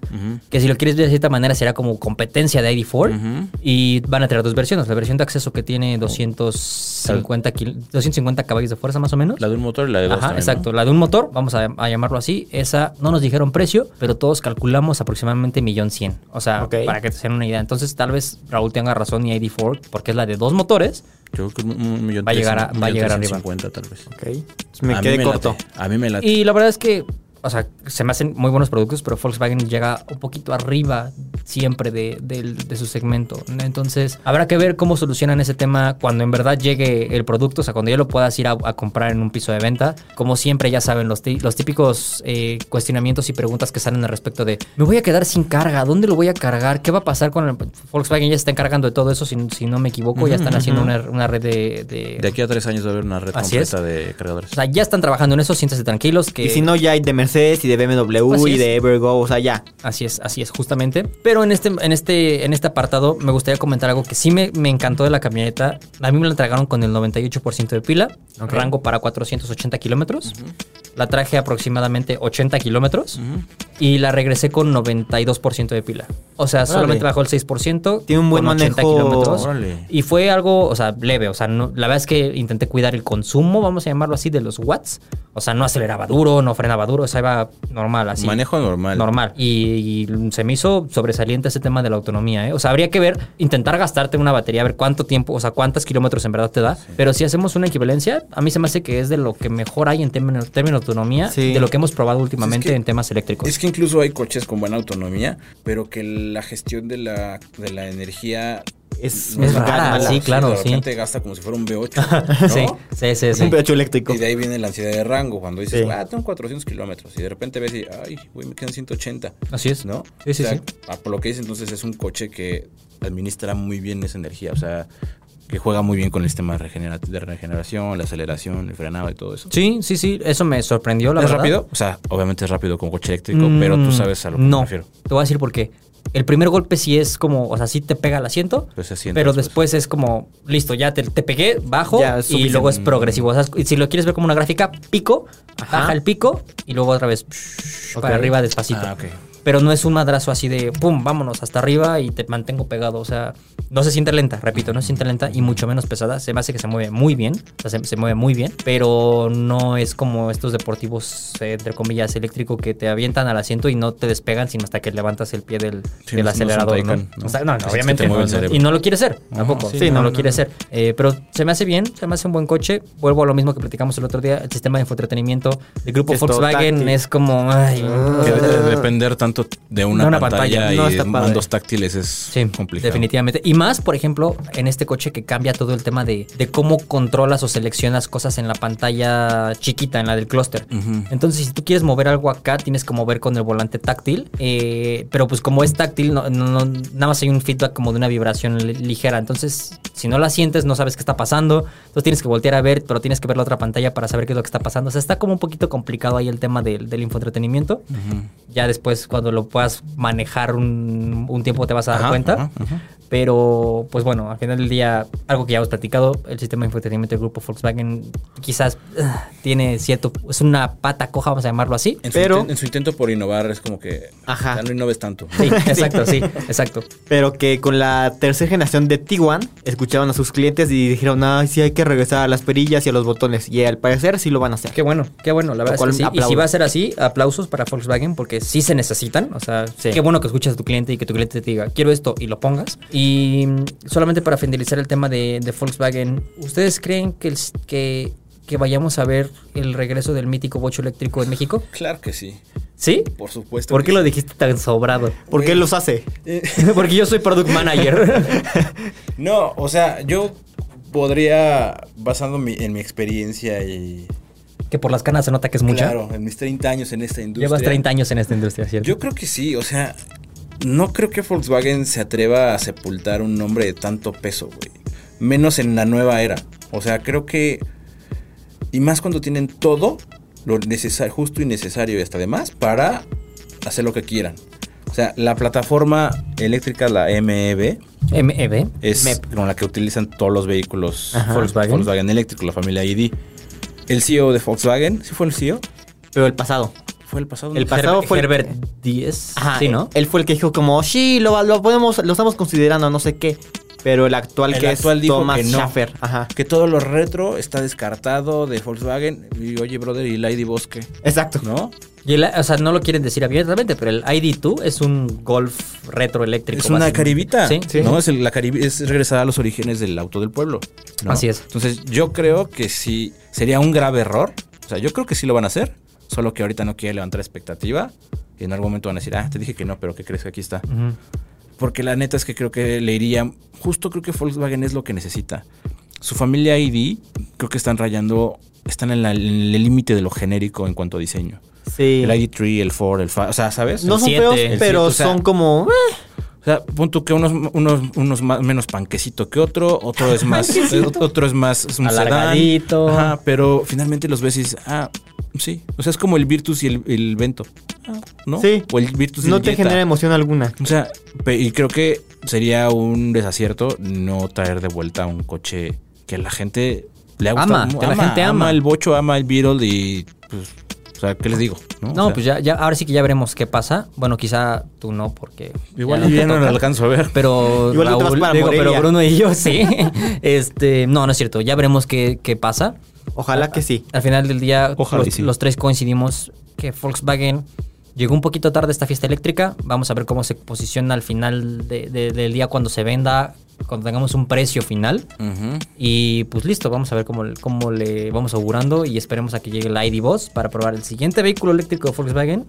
Speaker 1: que si lo quieres ver de cierta manera será como competencia de ID4, y van a tener dos versiones, la versión de acceso que tiene
Speaker 2: Oh.
Speaker 1: 250, kil- 250 caballos de fuerza más o menos.
Speaker 2: La de un motor y la de dos.
Speaker 1: Ajá,
Speaker 2: también,
Speaker 1: exacto. La de un motor, vamos a, a llamarlo así. Esa no nos dijeron precio, pero todos calculamos aproximadamente millón cien. O sea,
Speaker 3: Ok.
Speaker 1: para que te den una idea. Entonces, tal vez Raúl tenga razón y ID4, porque es la de dos motores.
Speaker 2: ¿no? Yo creo que un, un millón.
Speaker 1: Va a llegar a-
Speaker 2: trescientos,
Speaker 1: va a
Speaker 2: un
Speaker 1: llegar
Speaker 2: millón
Speaker 1: arriba.
Speaker 2: cincuenta, tal vez.
Speaker 3: Ok. Entonces me
Speaker 2: A mí
Speaker 3: quedé
Speaker 2: late,
Speaker 3: corto.
Speaker 2: A mí me late.
Speaker 1: Y la verdad es que, o sea, se me hacen muy buenos productos, pero Volkswagen llega un poquito arriba siempre de, del- de su segmento. ¿no? Entonces, habrá que ver cómo solucionan ese tema cuando en verdad llegue el producto, o sea, cuando ya lo puedas ir a, a comprar en un piso de venta. Como siempre, ya saben, los, ti- los típicos eh, cuestionamientos y preguntas que salen al respecto de, me voy a quedar sin carga, ¿dónde lo voy a cargar? ¿Qué va a pasar con el... Volkswagen ya se está encargando de todo eso, si, si no me equivoco, ya están haciendo una, una red de... de-
Speaker 2: De aquí a tres años va a haber una red
Speaker 1: Así
Speaker 2: completa de cargadores.
Speaker 1: o sea, ya están trabajando en eso, siéntense tranquilos que...
Speaker 3: Y si no, ya hay de Mercedes y de BMW
Speaker 1: Así
Speaker 3: y
Speaker 1: es.
Speaker 3: de Evergo, o sea, ya.
Speaker 1: Así es, así es, justamente. Pero en este, en este, en este apartado me gustaría comentar algo que sí me, me encantó de la camioneta. A mí me la entregaron con el 98% de pila, rango para 480 kilómetros. La traje aproximadamente 80 kilómetros y la regresé con 92% de pila. O sea, solamente bajó el 6%.
Speaker 3: Tiene un buen
Speaker 1: con 80
Speaker 3: manejo.
Speaker 1: kilómetros.
Speaker 2: Órale.
Speaker 1: Y fue algo, o sea, leve. O sea, no- la verdad es que intenté cuidar el consumo, vamos a llamarlo así, de los watts. O sea, no aceleraba duro, no frenaba duro, o sea, iba normal así.
Speaker 2: Manejo normal.
Speaker 1: Normal. Y, y se me hizo sobresaliente ese tema de la autonomía, ¿eh? O sea, habría que ver, intentar gastarte una batería, a ver cuánto tiempo, o sea, cuántos kilómetros en verdad te da. Pero si hacemos una equivalencia, a mí se me hace que es de lo que mejor hay en términos en términos de autonomía,
Speaker 3: Sí.
Speaker 1: de lo que hemos probado últimamente
Speaker 2: que-
Speaker 1: en temas eléctricos.
Speaker 2: Es que incluso hay coches con buena autonomía, pero que la gestión de la, de la energía
Speaker 3: Es,
Speaker 1: Es
Speaker 3: una
Speaker 1: rara,
Speaker 3: gana.
Speaker 1: sí, claro,
Speaker 2: De
Speaker 1: sí.
Speaker 2: repente gasta como si fuera un V8. ¿no?
Speaker 1: Sí, sí, sí.
Speaker 3: Es
Speaker 1: sí.
Speaker 3: un pecho eléctrico.
Speaker 2: Y de ahí viene la ansiedad de rango, cuando dices,
Speaker 3: Sí.
Speaker 2: ah, tengo 400 kilómetros, y de repente ves y, ay, güey, me quedan 180.
Speaker 1: Así es.
Speaker 2: ¿No?
Speaker 1: Sí, sí,
Speaker 2: O sea,
Speaker 1: sí.
Speaker 2: ah, Por lo que dice, entonces es un coche que administra muy bien esa energía, o sea, que juega muy bien con el sistema de, regenera- de regeneración, la aceleración, el frenado y todo eso.
Speaker 1: Sí, sí, sí, eso me sorprendió, la
Speaker 2: ¿Es
Speaker 1: verdad.
Speaker 2: rápido? O sea, obviamente es rápido como coche eléctrico, pero tú
Speaker 1: Mm,
Speaker 2: sabes a lo que
Speaker 1: no.
Speaker 2: me refiero.
Speaker 1: Te voy a decir por qué. El primer golpe sí es como, o sea, sí te pega el asiento,
Speaker 2: Pues se siente
Speaker 1: pero
Speaker 2: después.
Speaker 1: después es como, listo, ya te, te pegué, bajo
Speaker 3: Ya, es
Speaker 1: y
Speaker 2: Mm.
Speaker 1: luego es progresivo. O sea, es- y si lo quieres ver como una gráfica, pico, baja el pico y luego otra vez psh, para
Speaker 3: Ok.
Speaker 1: arriba despacito.
Speaker 2: Ah, ok.
Speaker 1: Pero no es un madrazo así de, pum, vámonos hasta arriba y te mantengo pegado. O sea, no se siente lenta, repito, no se siente lenta y mucho menos pesada. Se me hace que se mueve muy bien, o sea, se, se mueve muy bien, pero no es como estos deportivos, eh, entre comillas, eléctrico que te avientan al asiento y no te despegan sino hasta que levantas el pie del,
Speaker 2: Sí,
Speaker 1: del
Speaker 2: no es- no es un
Speaker 1: acelerador. ¿no?
Speaker 2: Taycan, ¿no?
Speaker 1: O sea, no, no,
Speaker 2: Es que
Speaker 1: obviamente.
Speaker 2: te mueve
Speaker 1: no,
Speaker 2: el
Speaker 1: no,
Speaker 2: cerebro.
Speaker 1: y no lo quiere ser, tampoco. Sí, no, lo quiere ser. Eh, pero se me hace bien, se me hace un buen coche. Vuelvo a lo mismo que platicamos el otro día. El sistema de infoentretenimiento del grupo
Speaker 3: Es todo
Speaker 1: Volkswagen
Speaker 3: táctil.
Speaker 1: es como. ay,
Speaker 2: Que de- de depender tanto de una,
Speaker 1: De una
Speaker 2: pantalla,
Speaker 1: pantalla, no
Speaker 2: y
Speaker 1: está padre.
Speaker 2: mandos táctiles es complicado.
Speaker 1: Definitivamente. Y más, por ejemplo, en este coche que cambia todo el tema de, de cómo controlas o seleccionas cosas en la pantalla chiquita, en la del clúster. Entonces, si tú quieres mover algo acá, tienes que mover con el volante táctil. eh, pero pues como es táctil, no- no- no- nada más hay un feedback como de una vibración li- ligera. Entonces, si no la sientes, no sabes qué está pasando. Entonces tienes que voltear a ver, pero tienes que ver la otra pantalla para saber qué es lo que está pasando. O sea, está como un poquito complicado ahí el tema del, del infoentretenimiento. Ya después, cuando lo puedas manejar un, un tiempo, te vas a dar
Speaker 2: Ajá,
Speaker 1: cuenta.
Speaker 2: ajá, ajá.
Speaker 1: Pero, pues bueno, al final del día, algo que ya hemos platicado, el sistema de entretenimiento del grupo Volkswagen quizás ah, tiene cierto, es una pata coja, vamos a llamarlo así.
Speaker 2: En su,
Speaker 3: Pero-
Speaker 2: inten- en su intento por innovar es como que
Speaker 3: Ajá.
Speaker 2: ya no innoves tanto.
Speaker 1: Sí, exacto, sí, exacto.
Speaker 3: Pero que con la tercera generación de Tiguan escuchaban a sus clientes y dijeron, ay, sí hay que regresar a las perillas y a los botones. Y al parecer sí lo van a hacer.
Speaker 1: Qué bueno, qué bueno, la
Speaker 3: Lo
Speaker 1: verdad es
Speaker 3: cual
Speaker 1: que sí. Y
Speaker 3: aplaudo.
Speaker 1: si va a ser así, aplausos para Volkswagen porque sí se necesitan. O sea,
Speaker 3: Sí.
Speaker 1: qué bueno que escuches a tu cliente y que tu cliente te diga, quiero esto y lo pongas. Y mm, solamente para finalizar el tema de, de Volkswagen, ¿ustedes creen que, el s- que, que vayamos a ver el regreso del mítico bocho eléctrico en México?
Speaker 2: Claro que sí,
Speaker 1: ¿Sí?
Speaker 2: por supuesto.
Speaker 1: ¿Por
Speaker 2: que
Speaker 1: qué lo
Speaker 2: sí.
Speaker 1: dijiste tan sobrado?
Speaker 3: ¿Por qué los hace?
Speaker 1: Porque yo soy product manager.
Speaker 2: No, o sea, yo podría, basando mi- en mi experiencia y...
Speaker 1: que por las canas se nota que es mucha.
Speaker 2: Claro, en mis 30 años en esta industria.
Speaker 1: Llevas 30 años en esta industria, ¿cierto?
Speaker 2: Yo creo que sí, o sea, no creo que Volkswagen se atreva a sepultar un nombre de tanto peso, güey. Menos en la nueva era. O sea, creo que... Y más cuando tienen todo lo necesario, justo y necesario y hasta demás para hacer lo que quieran. O sea, la plataforma eléctrica, la E MEB,
Speaker 1: MEB.
Speaker 2: es
Speaker 3: MEP.
Speaker 2: con la que utilizan todos los vehículos
Speaker 1: Ajá.
Speaker 2: Volkswagen. Volkswagen eléctrico, la familia ID. El CEO de Volkswagen, ¿sí fue el E CEO?
Speaker 3: Pero el pasado.
Speaker 2: Fue el pasado.
Speaker 3: El pasado fue el-
Speaker 1: Herbert 10.
Speaker 3: Ajá.
Speaker 1: sí, ¿no?
Speaker 3: Él fue el que dijo como, sí, lo, lo podemos, lo estamos considerando, no sé qué. Pero el actual
Speaker 2: El
Speaker 3: que
Speaker 2: actual
Speaker 3: es
Speaker 2: dijo
Speaker 3: Thomas
Speaker 2: que no.
Speaker 3: Schaffer. Ajá.
Speaker 2: que todo lo retro está descartado de Volkswagen. Y oye, brother, y la ID Bosque,
Speaker 3: Exacto.
Speaker 2: ¿no?
Speaker 1: Y el- o sea, no lo quieren decir abiertamente, pero el ID2 es un golf retroeléctrico.
Speaker 2: Es una
Speaker 1: básicamente.
Speaker 2: caribita.
Speaker 1: Sí, sí.
Speaker 2: ¿no? Es, el- la caribe, es regresar a los orígenes del auto del pueblo. ¿no?
Speaker 1: Así es.
Speaker 2: Entonces, yo creo que sí sería un grave error. O sea, yo creo que sí lo van a hacer. Solo que ahorita no quiere levantar expectativa. Y en algún momento van a decir, ah, te dije que no, pero ¿qué crees que aquí está?
Speaker 1: Ujú.
Speaker 2: Porque la neta es que creo que le iría. Justo creo que Volkswagen es lo que necesita. Su familia ID, creo que están rayando. Están en, la- en el límite de lo genérico en cuanto a diseño.
Speaker 3: Sí.
Speaker 2: El ID3, el 4, el 5. O sea, ¿sabes?
Speaker 3: No
Speaker 1: el
Speaker 3: son
Speaker 1: siete,
Speaker 3: feos,
Speaker 1: el
Speaker 3: pero
Speaker 2: siete, o sea-
Speaker 3: son como... eh,
Speaker 2: O sea, pon tú que unos, unos, unos más, menos panquecito que otro, otro es más, eh, otro es más es un sedán.
Speaker 1: Alargadito.
Speaker 2: Ajá, pero finalmente los ves y dices, ah, sí. O sea, es como el Virtus y el, el Vento. Ah, ¿No?
Speaker 3: Sí.
Speaker 2: O el
Speaker 1: pues
Speaker 2: Virtus y
Speaker 3: no
Speaker 2: el
Speaker 3: te
Speaker 2: Jetta.
Speaker 3: genera emoción alguna.
Speaker 2: O sea, pe- y creo que sería un desacierto no traer de vuelta un coche que la gente le ha gustado
Speaker 1: Ama,
Speaker 2: mu-
Speaker 1: que la gente ama.
Speaker 2: el bocho, ama el Beetle y pues, o sea, ¿qué les digo? No,
Speaker 1: No,
Speaker 2: O sea,
Speaker 1: pues ya, ya, ahora sí que ya veremos qué pasa. Bueno, quizá tú no, porque.
Speaker 2: igual
Speaker 1: ya
Speaker 2: yo
Speaker 1: no
Speaker 2: ya
Speaker 1: te
Speaker 2: no
Speaker 1: toca.
Speaker 2: lo alcanzo a ver.
Speaker 1: Pero
Speaker 3: Igual tú te vas
Speaker 1: Raúl,
Speaker 3: para
Speaker 1: digo, pero
Speaker 3: Morelia.
Speaker 1: Bruno y yo sí. este, no, no es cierto. Ya veremos qué, qué pasa.
Speaker 3: Ojalá que sí.
Speaker 1: Al final del día,
Speaker 2: Ojalá y
Speaker 1: los,
Speaker 2: sí.
Speaker 1: los tres coincidimos que Volkswagen llegó un poquito tarde a esta fiesta eléctrica. Vamos a ver cómo se posiciona al final de- de- del día cuando se venda, cuando tengamos un precio final.
Speaker 2: Ujú.
Speaker 1: Y pues listo, vamos a ver cómo, cómo le vamos augurando y esperemos a que llegue la ID Boss para probar el siguiente vehículo eléctrico de Volkswagen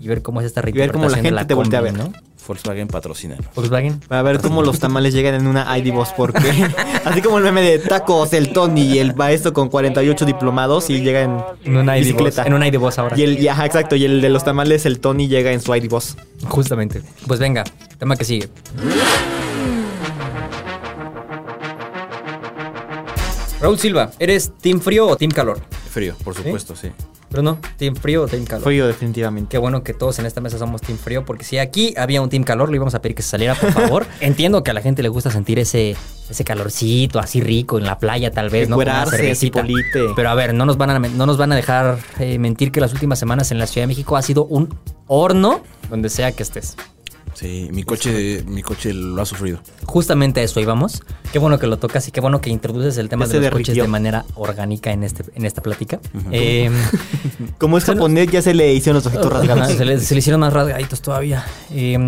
Speaker 1: y ver cómo es esta
Speaker 3: ver cómo la
Speaker 1: reinterpretación de
Speaker 3: gente te voltea a
Speaker 1: combi,
Speaker 3: ver.
Speaker 2: Volkswagen patrocina.
Speaker 1: Volkswagen.
Speaker 3: Para ver cómo los tamales llegan en una ID Boss, porque así como el meme de tacos, el Tony y el maestro con 48 diplomados y llegan
Speaker 1: En una ID Boss.
Speaker 3: bicicleta.
Speaker 1: En una ID Boss ahora.
Speaker 3: Y el, y ajá, exacto, y el de los tamales, el Tony llega en su ID Boss.
Speaker 1: Justamente. Pues venga, tema que sigue. Raúl Silva, ¿eres Team Frío o Team Calor?
Speaker 2: Frío, por supuesto, sí.
Speaker 1: Bruno, ¿Team Frío o Team Calor?
Speaker 3: Fue yo definitivamente.
Speaker 1: Qué bueno que todos en esta mesa somos Team Frío, porque si aquí había un Team Calor, le íbamos a pedir que se saliera, por favor. Entiendo que a la gente le gusta sentir ese, ese calorcito así rico en la playa, tal vez, ¿no? Con una
Speaker 3: Encuerarse,
Speaker 1: cervecita.
Speaker 3: cipolite.
Speaker 1: Pero a ver, no nos van a, no nos van a dejar eh, mentir que las últimas semanas en la Ciudad de México ha sido un horno donde sea que estés.
Speaker 2: Sí, mi coche, mi coche lo ha sufrido.
Speaker 1: Justamente a eso íbamos. Qué bueno que lo tocas y qué bueno que introduces el tema de
Speaker 3: Ya se
Speaker 1: los coches
Speaker 3: derritió.
Speaker 1: de manera orgánica en, este, en esta plática. Eh,
Speaker 3: Como es japonés, ya se le hicieron los ojitos rasgados.
Speaker 1: se, le, se le hicieron más rasgaditos todavía. Eh,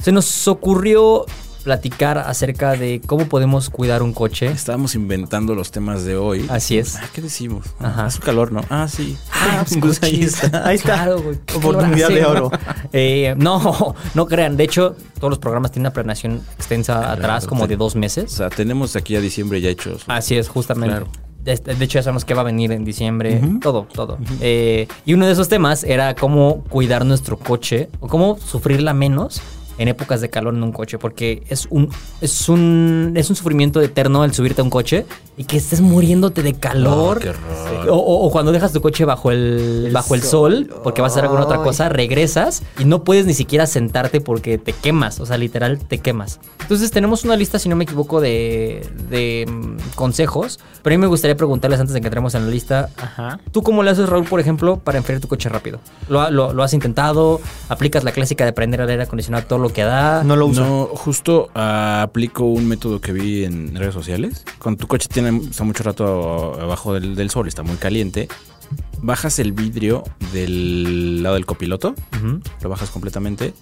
Speaker 1: se nos Em, ocurrió platicar acerca de cómo podemos cuidar un coche.
Speaker 2: Estábamos inventando los temas de hoy.
Speaker 1: Así es.
Speaker 2: Ah, ¿Qué decimos?
Speaker 1: Ajá.
Speaker 2: Hace calor, ¿no? Ah, sí.
Speaker 1: Ah, pues,
Speaker 2: pues ahí
Speaker 1: coches.
Speaker 2: está.
Speaker 3: Ahí está.
Speaker 1: Claro, güey. ¿Qué
Speaker 3: Oportunidad
Speaker 1: lo
Speaker 3: de
Speaker 1: hacen,
Speaker 3: oro.
Speaker 1: no? Eh, no, no crean. De hecho, todos los programas tienen una planeación extensa atrás, como de dos
Speaker 2: O
Speaker 1: meses.
Speaker 2: sea, tenemos aquí a diciembre ya hechos.
Speaker 1: Así es, justamente.
Speaker 2: Claro.
Speaker 1: De, este, de hecho, ya sabemos qué va a venir en diciembre. Todo, todo. Eh, y uno de esos temas era cómo cuidar nuestro coche o cómo sufrirla menos en épocas de calor en un coche. Porque es un, es un, es un sufrimiento eterno el subirte a un coche y que estés muriéndote de calor.
Speaker 2: Ah, qué horror.
Speaker 1: O, o- o cuando dejas tu coche bajo el, bajo el sol, porque vas a hacer alguna otra cosa, regresas y no puedes ni siquiera sentarte porque te quemas, o sea, literal te quemas. Entonces tenemos una lista, si no me equivoco, de, de, mm, consejos, pero a mí me gustaría preguntarles antes de que entremos en la lista,
Speaker 3: Ajá.
Speaker 1: ¿tú cómo le haces, Raúl, por ejemplo, para enfriar tu coche rápido? ¿Lo, ha- lo- lo has intentado? ¿Aplicas la clásica de prender el aire acondicionado todo lo que da?
Speaker 3: No lo uso.
Speaker 2: No, justo ah, aplico un método que vi en redes sociales. Cuando tu coche tiene, está mucho rato abajo del, del sol, está muy caliente, bajas el vidrio del lado del copiloto,
Speaker 1: Ujú.
Speaker 2: lo bajas completamente,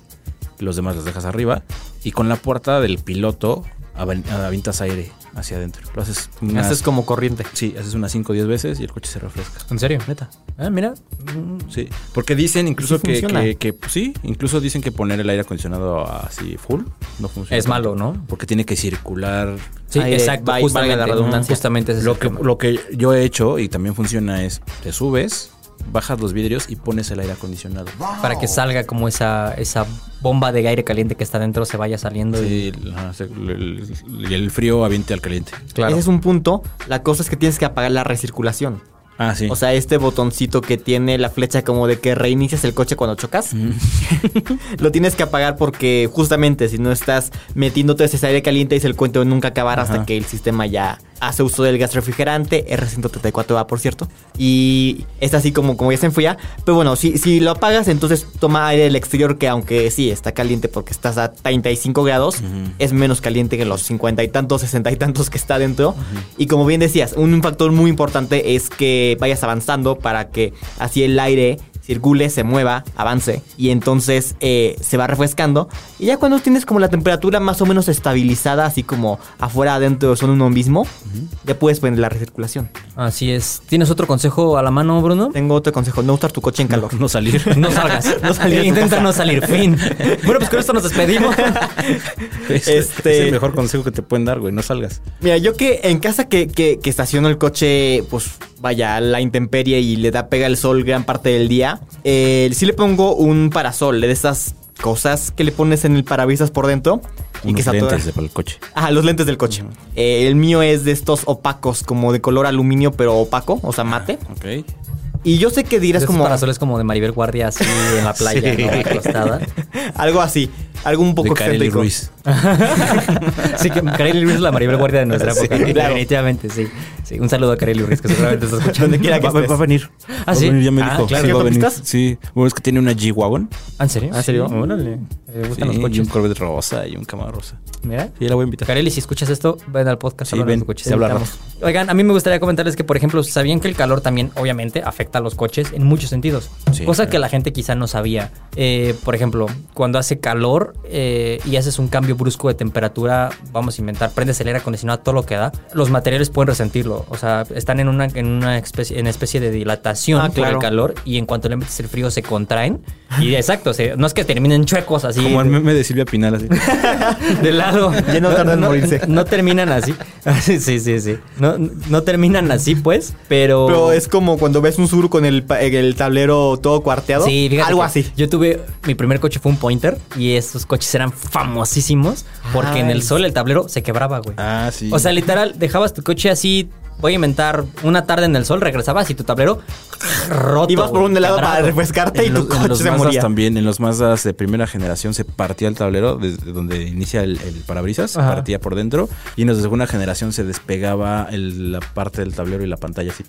Speaker 2: los demás los dejas arriba y con la puerta del piloto avan- avientas aire hacia adentro. Lo haces unas,
Speaker 3: Haces como corriente.
Speaker 2: sí, haces unas 5 o 10 veces y el coche se refresca.
Speaker 1: ¿En serio?
Speaker 2: Neta.
Speaker 1: Ah, mira. mm,
Speaker 2: Sí, porque dicen incluso
Speaker 3: Sí
Speaker 2: que,
Speaker 3: funciona.
Speaker 2: que- que- sí, incluso dicen que poner el aire acondicionado así full no funciona.
Speaker 1: Es malo, ¿no?
Speaker 2: Porque tiene que circular.
Speaker 1: Sí,
Speaker 3: Aire,
Speaker 1: exacto,
Speaker 3: va-
Speaker 1: justamente,
Speaker 3: valga la redundancia.
Speaker 1: justamente ese es
Speaker 2: Lo
Speaker 1: el
Speaker 2: que,
Speaker 1: tema.
Speaker 2: lo que yo he hecho y también funciona es te subes, bajas los vidrios y pones el aire acondicionado.
Speaker 1: para que salga como esa, esa bomba de aire caliente que está adentro se vaya saliendo. y-
Speaker 2: Sí, ajá, se- el, el- el frío aviente al caliente.
Speaker 1: claro.
Speaker 3: Ese es un punto. La cosa es que tienes que apagar la recirculación.
Speaker 2: Ah, sí.
Speaker 3: O sea, este botoncito que tiene la flecha como de que reinicias el coche cuando chocas, lo tienes que apagar porque justamente si no estás metiéndote ese aire caliente, dice el cuento de nunca acabar hasta
Speaker 2: Ajá.
Speaker 3: que el sistema ya hace uso del gas refrigerante, R134A por cierto, y es así como, como ya se enfría. Pero bueno, si, si lo apagas, entonces toma aire del exterior que aunque sí está caliente porque estás a 35 grados, es menos caliente que los 50 y tantos, 60 y tantos que está dentro. Y como bien decías, un factor muy importante es que vayas avanzando para que así el aire circule, se mueva, avance y entonces eh, se va refrescando y ya cuando tienes como la temperatura más o menos estabilizada, así como afuera, adentro son uno mismo, ya puedes poner la recirculación.
Speaker 1: Así es. ¿Tienes otro consejo a la mano, Bruno?
Speaker 3: Tengo otro consejo, no usar tu coche en calor.
Speaker 2: no salir.
Speaker 1: No salgas.
Speaker 3: No salir de tu
Speaker 1: Intenta
Speaker 3: casa.
Speaker 1: no salir. Fin. Bueno, pues con esto nos despedimos.
Speaker 2: es,
Speaker 3: Este-
Speaker 2: es el mejor consejo que te pueden dar, güey. No salgas.
Speaker 3: Mira, yo que en casa que, que, que estaciono el coche, pues vaya, a la intemperie y le da pega el sol gran parte del día, eh, sí le pongo un parasol de esas cosas que le pones en el parabrisas por dentro. y que
Speaker 2: Unos
Speaker 3: se
Speaker 2: lentes de- para el coche.
Speaker 3: Ajá, los lentes del coche. Eh, el mío es de estos opacos, como de color aluminio, pero opaco, o sea, mate.
Speaker 2: Ok.
Speaker 3: Y yo sé que dirás
Speaker 1: Esos
Speaker 3: como...
Speaker 1: parasoles como de Maribel Guardia así en la playa,
Speaker 2: Sí.
Speaker 1: ¿no? Acostada.
Speaker 3: Algo así, algo un poco
Speaker 2: de Kareli
Speaker 3: excéntrico.
Speaker 2: Ruiz.
Speaker 1: Sí, que Kareli Ruiz es la Maribel Guardia de nuestra
Speaker 3: Sí,
Speaker 1: época.
Speaker 3: claro.
Speaker 1: Definitivamente, sí. sí. Un saludo a Kareli Ruiz, que seguramente está escuchando.
Speaker 3: Donde quiera que
Speaker 2: Va, va-
Speaker 3: estés.
Speaker 2: va a venir.
Speaker 1: Ah,
Speaker 2: Va a
Speaker 1: ¿sí?
Speaker 2: venir, Oh, ya me
Speaker 1: Ah,
Speaker 2: dijo.
Speaker 1: claro.
Speaker 2: Sí,
Speaker 3: ¿Sí,
Speaker 2: va a venir.
Speaker 3: autopistas?
Speaker 2: Sí. Bueno, es que tiene una G-Wagon.
Speaker 1: ¿Ah, ¿En serio?
Speaker 3: ¿En serio?
Speaker 1: Órale. Me gustan
Speaker 2: Sí,
Speaker 1: los
Speaker 2: Y un
Speaker 1: coches.
Speaker 2: Corvette rosa y un Camaro rosa.
Speaker 1: Mira.
Speaker 2: Sí, la voy a invitar.
Speaker 1: Carelli, si escuchas esto, ven al podcast.
Speaker 2: Sí,
Speaker 1: hablan de
Speaker 2: ven,
Speaker 1: tu coche,
Speaker 2: te
Speaker 1: te
Speaker 2: habla
Speaker 1: invitamos. Oigan, a mí me gustaría comentarles que, por ejemplo, sabían que el calor también, obviamente, afecta a los coches en muchos sentidos.
Speaker 2: Sí,
Speaker 1: cosa
Speaker 2: claro.
Speaker 1: que la gente quizá no sabía. Eh, por ejemplo, cuando hace calor eh, y haces un cambio brusco de temperatura, vamos a inventar, prendes el aire acondicionado, todo lo que da, los materiales pueden resentirlo. O sea, están en una, en una especie, en especie de dilatación
Speaker 3: Ah,
Speaker 1: por
Speaker 3: claro.
Speaker 1: el calor y en cuanto le metes el frío se contraen. Y exacto, se- no es que terminen chuecos así.
Speaker 2: Como el
Speaker 1: de-
Speaker 2: meme de Silvia Pinal, así.
Speaker 1: de lado.
Speaker 3: Ya no tardan en morirse.
Speaker 1: No, terminan así. Sí, sí, sí, sí. No, no terminan así, pues, pero.
Speaker 3: Pero es como cuando ves un sur con el, pa- el tablero todo cuarteado.
Speaker 1: Sí, fíjate
Speaker 3: Algo
Speaker 1: que
Speaker 3: así.
Speaker 1: Yo tuve. Mi primer coche fue un pointer y estos coches eran famosísimos porque en
Speaker 3: Ay.
Speaker 1: el sol el tablero se quebraba, güey.
Speaker 2: Ah, sí.
Speaker 1: O sea, literal, dejabas tu coche así. Voy a inventar una tarde en el sol, regresabas y tu tablero roto.
Speaker 3: Ibas por
Speaker 1: güey,
Speaker 3: un helado
Speaker 1: quebrado.
Speaker 3: para refrescarte y
Speaker 2: en
Speaker 3: tu
Speaker 2: los, en
Speaker 3: coche
Speaker 2: los
Speaker 3: se
Speaker 2: Mazdas
Speaker 3: moría.
Speaker 2: también, en los Mazdas de primera generación se partía el tablero desde donde inicia el, el parabrisas, se
Speaker 1: Ajá.
Speaker 2: partía por dentro y en los de segunda generación se despegaba el- la parte del tablero y la pantalla así.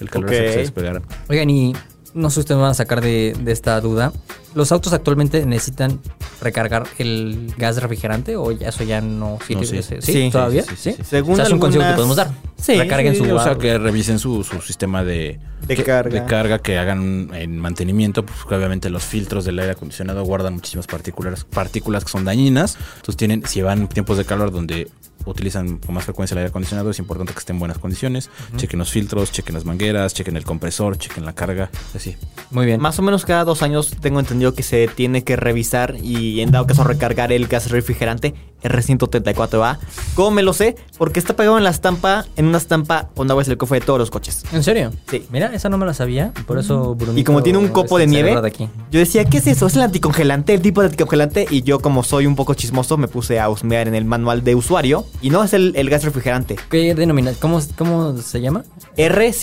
Speaker 2: El calor
Speaker 3: Ok.
Speaker 2: se se despegara.
Speaker 1: Oigan, y no sé si ustedes me van a sacar de, de esta duda. ¿Los autos actualmente necesitan recargar el gas refrigerante o ya eso ya no sirve?
Speaker 2: sí.
Speaker 1: ¿Sí?
Speaker 3: Sí,
Speaker 1: ¿Todavía?
Speaker 2: sí,
Speaker 1: Sí.
Speaker 2: sí, sí, sí.
Speaker 3: Según
Speaker 1: O sea, es un consejo que podemos
Speaker 3: algunas-
Speaker 1: dar.
Speaker 3: Sí,
Speaker 1: Recarguen
Speaker 3: sí,
Speaker 1: su
Speaker 2: o sea,
Speaker 1: auto.
Speaker 2: que revisen su, su sistema de,
Speaker 3: De
Speaker 2: que-
Speaker 3: carga.
Speaker 2: de carga, que hagan en mantenimiento, pues que obviamente los filtros del aire acondicionado guardan muchísimas partículas, partículas que son dañinas. Entonces tienen, si van tiempos de calor donde utilizan con más frecuencia el aire acondicionado, es importante que esté en buenas condiciones. Chequen los filtros, chequen las mangueras, chequen el compresor, chequen la carga, así.
Speaker 1: Muy bien.
Speaker 3: Más o menos cada dos años tengo entendido que se tiene que revisar y en dado caso recargar el gas refrigerante R134A. ¿Cómo me lo sé? Porque está pegado en la estampa, en una estampa con agua es el cofre de todos los coches.
Speaker 1: ¿En serio?
Speaker 3: Sí.
Speaker 1: Mira, esa no me la sabía. Por eso, Brunito
Speaker 3: Y como tiene un copo
Speaker 1: es
Speaker 3: de
Speaker 1: el
Speaker 3: nieve,
Speaker 1: cerebro de aquí.
Speaker 3: yo decía, ¿qué es eso? Es el anticongelante, el tipo de anticongelante. Y yo, como soy un poco chismoso, me puse a husmear en el manual de usuario. Y no es el, el gas refrigerante.
Speaker 1: ¿Qué denomina? ¿Cómo, cómo se llama?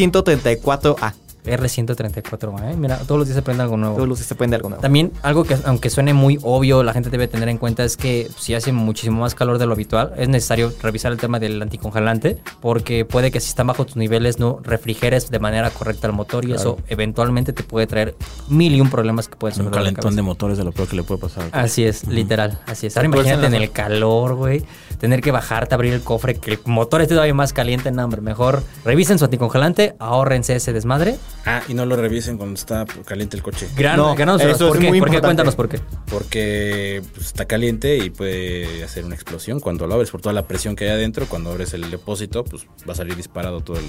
Speaker 3: R134A.
Speaker 1: R134. ¿eh? Mira, todos los días se aprende algo nuevo.
Speaker 3: Todos los que se pueden de algo nuevo.
Speaker 1: También algo que aunque suene muy obvio, la gente debe tener en cuenta es que si hace muchísimo más calor de lo habitual, es necesario revisar el tema del anticongelante porque puede que si están bajo tus niveles no refrigeres de manera correcta el motor y eso eventualmente te puede traer mil y un problemas que pueden
Speaker 2: Un
Speaker 1: surgir.
Speaker 2: calentón de motores de lo peor que le puede pasar.
Speaker 1: Así es, literal, así es. Ahora
Speaker 3: Por eso
Speaker 1: imagínate en
Speaker 3: no-
Speaker 1: el calor, güey, tener que bajarte, abrir el cofre, que el motor esté todavía más caliente, no, hombre, mejor revisen su anticongelante, ahórrense ese desmadre.
Speaker 2: Ah, y no lo revisen cuando está caliente el coche.
Speaker 1: Gran,
Speaker 3: No,
Speaker 1: gran-
Speaker 3: eso
Speaker 1: ¿por
Speaker 3: es
Speaker 1: qué?
Speaker 3: muy
Speaker 1: ¿Por qué?
Speaker 3: importante.
Speaker 1: Cuéntanos por qué.
Speaker 2: Porque pues, está caliente y puede hacer una explosión cuando lo abres por toda la presión que hay adentro. Cuando abres el depósito, pues va a salir disparado todo el,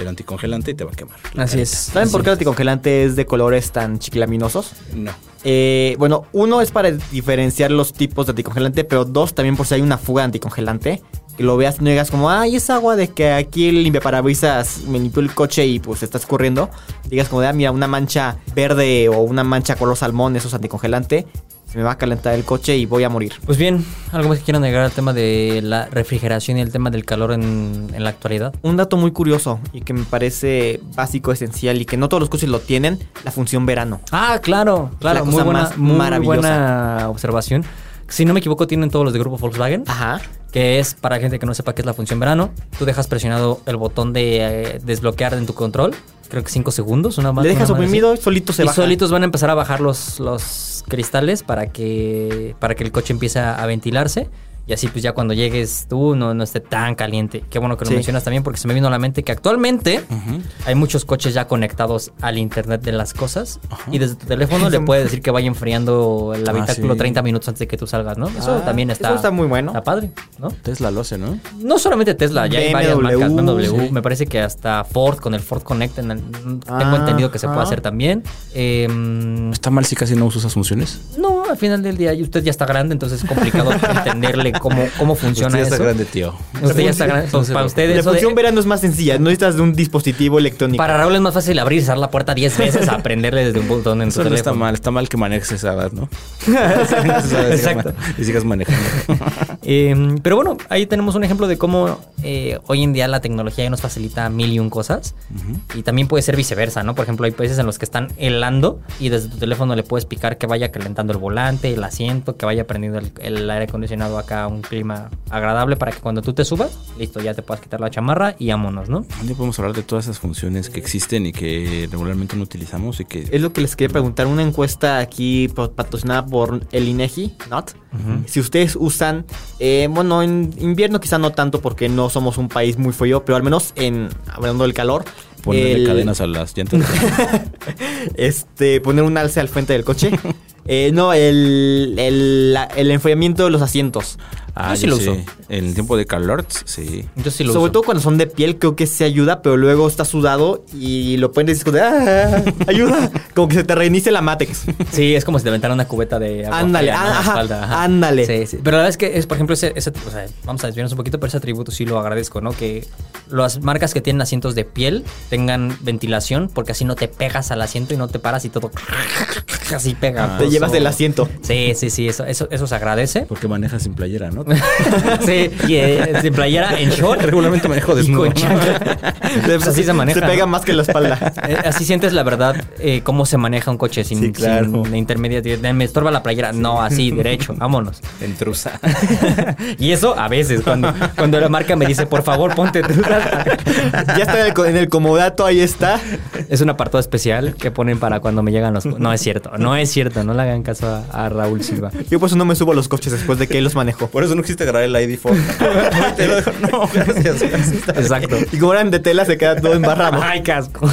Speaker 2: el anticongelante y te va a quemar. la
Speaker 1: Así
Speaker 2: carita.
Speaker 1: es.
Speaker 3: ¿Saben por
Speaker 1: así
Speaker 3: qué
Speaker 1: es.
Speaker 3: el anticongelante es de colores tan chiclaminosos?
Speaker 2: No.
Speaker 3: Eh, bueno, uno es para diferenciar los tipos de anticongelante, pero dos también por si hay una fuga de anticongelante. Que lo veas y no digas como, ay, es agua de que aquí el limpiaparabrisas me limpió el coche y pues está escurriendo. Digas como, ah, mira, una mancha verde o una mancha color salmón, eso es anticongelante. Se me va a calentar el coche y voy a morir.
Speaker 1: Pues bien, algo más que quieran agregar al tema de la refrigeración y el tema del calor en, en la actualidad.
Speaker 3: Un dato muy curioso y que me parece básico, esencial y que no todos los coches lo tienen, la función verano.
Speaker 1: Ah, claro,
Speaker 3: La
Speaker 1: claro, muy
Speaker 3: cosa
Speaker 1: buena,
Speaker 3: más
Speaker 1: muy
Speaker 3: maravillosa.
Speaker 1: buena observación. Si no me equivoco, tienen todos los de grupo Volkswagen.
Speaker 3: Ajá.
Speaker 1: que es para gente que no sepa qué es la función verano. Tú dejas presionado el botón de eh, desbloquear en tu control, creo que 5 segundos, una ma-
Speaker 3: Le dejas
Speaker 1: una madre
Speaker 3: oprimido y
Speaker 1: así.
Speaker 3: solito se
Speaker 1: y
Speaker 3: baja.
Speaker 1: solitos van a empezar a bajar los, los cristales para que, para que el coche empiece a ventilarse. Y así pues ya cuando llegues tú no, no esté tan caliente. Qué bueno que lo
Speaker 3: Sí.
Speaker 1: mencionas también porque se me vino a la mente que actualmente hay muchos coches ya conectados al internet de las cosas. Y desde tu teléfono le puedes decir que vaya enfriando el habitáculo
Speaker 2: sí.
Speaker 1: 30 minutos antes de que tú salgas, ¿no? Eso
Speaker 3: Ah,
Speaker 1: también está...
Speaker 3: eso está muy bueno.
Speaker 1: Está padre, ¿no?
Speaker 2: Tesla lo hace, ¿no?
Speaker 1: No solamente Tesla, ya hay varias
Speaker 3: BMW,
Speaker 1: marcas. BMW,
Speaker 3: sí.
Speaker 1: me parece que hasta Ford con el Ford Connect, en- en- tengo
Speaker 3: Ajá.
Speaker 1: entendido que se
Speaker 2: Ah,
Speaker 1: puede hacer también. Eh,
Speaker 2: Está mal si casi no usa esas funciones.
Speaker 1: no, al final del día y usted ya está grande, entonces es complicado entenderle cómo, cómo funciona
Speaker 2: Usted Pues, está
Speaker 1: eso.
Speaker 2: grande, tío.
Speaker 1: Usted ya está grande. Entonces, para ustedes,
Speaker 3: La
Speaker 1: eso de-
Speaker 3: función verano es más sencilla, no necesitas de un dispositivo electrónico.
Speaker 1: para Raúl es más fácil abrir y cerrar la puerta 10 veces a aprenderle desde un botón en su
Speaker 2: Eso no está
Speaker 1: teléfono.
Speaker 2: mal, está mal que manejes esa edad, ¿no? Exacto. Y sigas manejando.
Speaker 1: Eh, pero bueno, ahí tenemos un ejemplo de cómo eh, hoy en día la tecnología ya nos facilita mil y un cosas. Y también puede ser viceversa, ¿no? Por ejemplo, hay países en los que están helando y desde tu teléfono le puedes picar que vaya calentando el volante, el asiento, que vaya prendiendo el, el aire acondicionado acá a un clima agradable para que cuando tú te subas, listo, ya te puedas quitar la chamarra y vámonos, ¿no?
Speaker 2: Un día podemos hablar de todas esas funciones que existen y que regularmente no utilizamos y que
Speaker 3: Es lo que les quería preguntar. Una encuesta aquí pro- patrocinada por el INEGI, NOT. Si ustedes usan, eh, bueno, en invierno quizá no tanto porque no somos un país muy frío, pero al menos en hablando del calor.
Speaker 2: ponerle
Speaker 3: el-
Speaker 2: cadenas a las llantas.
Speaker 3: este, poner un alce al frente del coche. Eh, no, el, el, la- el enfriamiento de los asientos.
Speaker 2: Ah,
Speaker 1: Yo sí
Speaker 2: ya
Speaker 1: lo
Speaker 2: sé.
Speaker 1: uso.
Speaker 2: En tiempo de calor, sí.
Speaker 1: Yo sí lo
Speaker 3: Sobre
Speaker 1: uso.
Speaker 3: todo cuando son de piel, creo que se ayuda, pero luego está sudado y lo pueden decir, ¡Ah, ayuda, como que se te reinicia la Matex.
Speaker 1: Sí, es como si te aventara una cubeta de agua.
Speaker 3: Ándale,
Speaker 1: fría, ¿no? en la
Speaker 3: ajá,
Speaker 1: espalda, ajá.
Speaker 3: ándale.
Speaker 1: Sí, sí. Pero la verdad es que es, por ejemplo, ese, ese- o sea, vamos a desviarnos un poquito, pero ese atributo sí lo agradezco, ¿no? Que las marcas que tienen asientos de piel tengan ventilación, porque así no te pegas al asiento y no te paras y todo así pega.
Speaker 2: Ah,
Speaker 1: Ah,
Speaker 3: te llevas del asiento.
Speaker 1: Sí, sí, sí, eso, eso, eso se agradece.
Speaker 2: Porque manejas sin playera, ¿no? ¿no?
Speaker 1: sí, y eh, sin playera, en short.
Speaker 2: Regularmente manejo
Speaker 1: y
Speaker 2: desnudo.
Speaker 1: con chancla. Pues así se maneja.
Speaker 3: Se pega
Speaker 1: ¿no?
Speaker 3: más que la espalda.
Speaker 1: Eh, Así sientes la verdad eh, cómo se maneja un coche sin,
Speaker 3: Sí, claro.
Speaker 1: sin intermedias. Eh, Me estorba la playera. No, así, derecho, vámonos.
Speaker 2: En trusa.
Speaker 1: Y eso a veces, cuando, cuando la marca me dice, por favor, ponte trusa.
Speaker 3: Ya está en el, co- en el comodato, ahí está.
Speaker 1: Es un apartado especial que ponen para cuando me llegan los... No es cierto, no es cierto. No le hagan caso a, a Raúl Silva.
Speaker 3: Yo por eso no me subo a los coches después de que él los manejo.
Speaker 2: Por eso no quisiste agarrar el ID Ford. Te lo dejo. no, gracias. gracias.
Speaker 1: Exacto.
Speaker 3: Y como eran de tela, se queda todo embarrado.
Speaker 1: Ay, casco.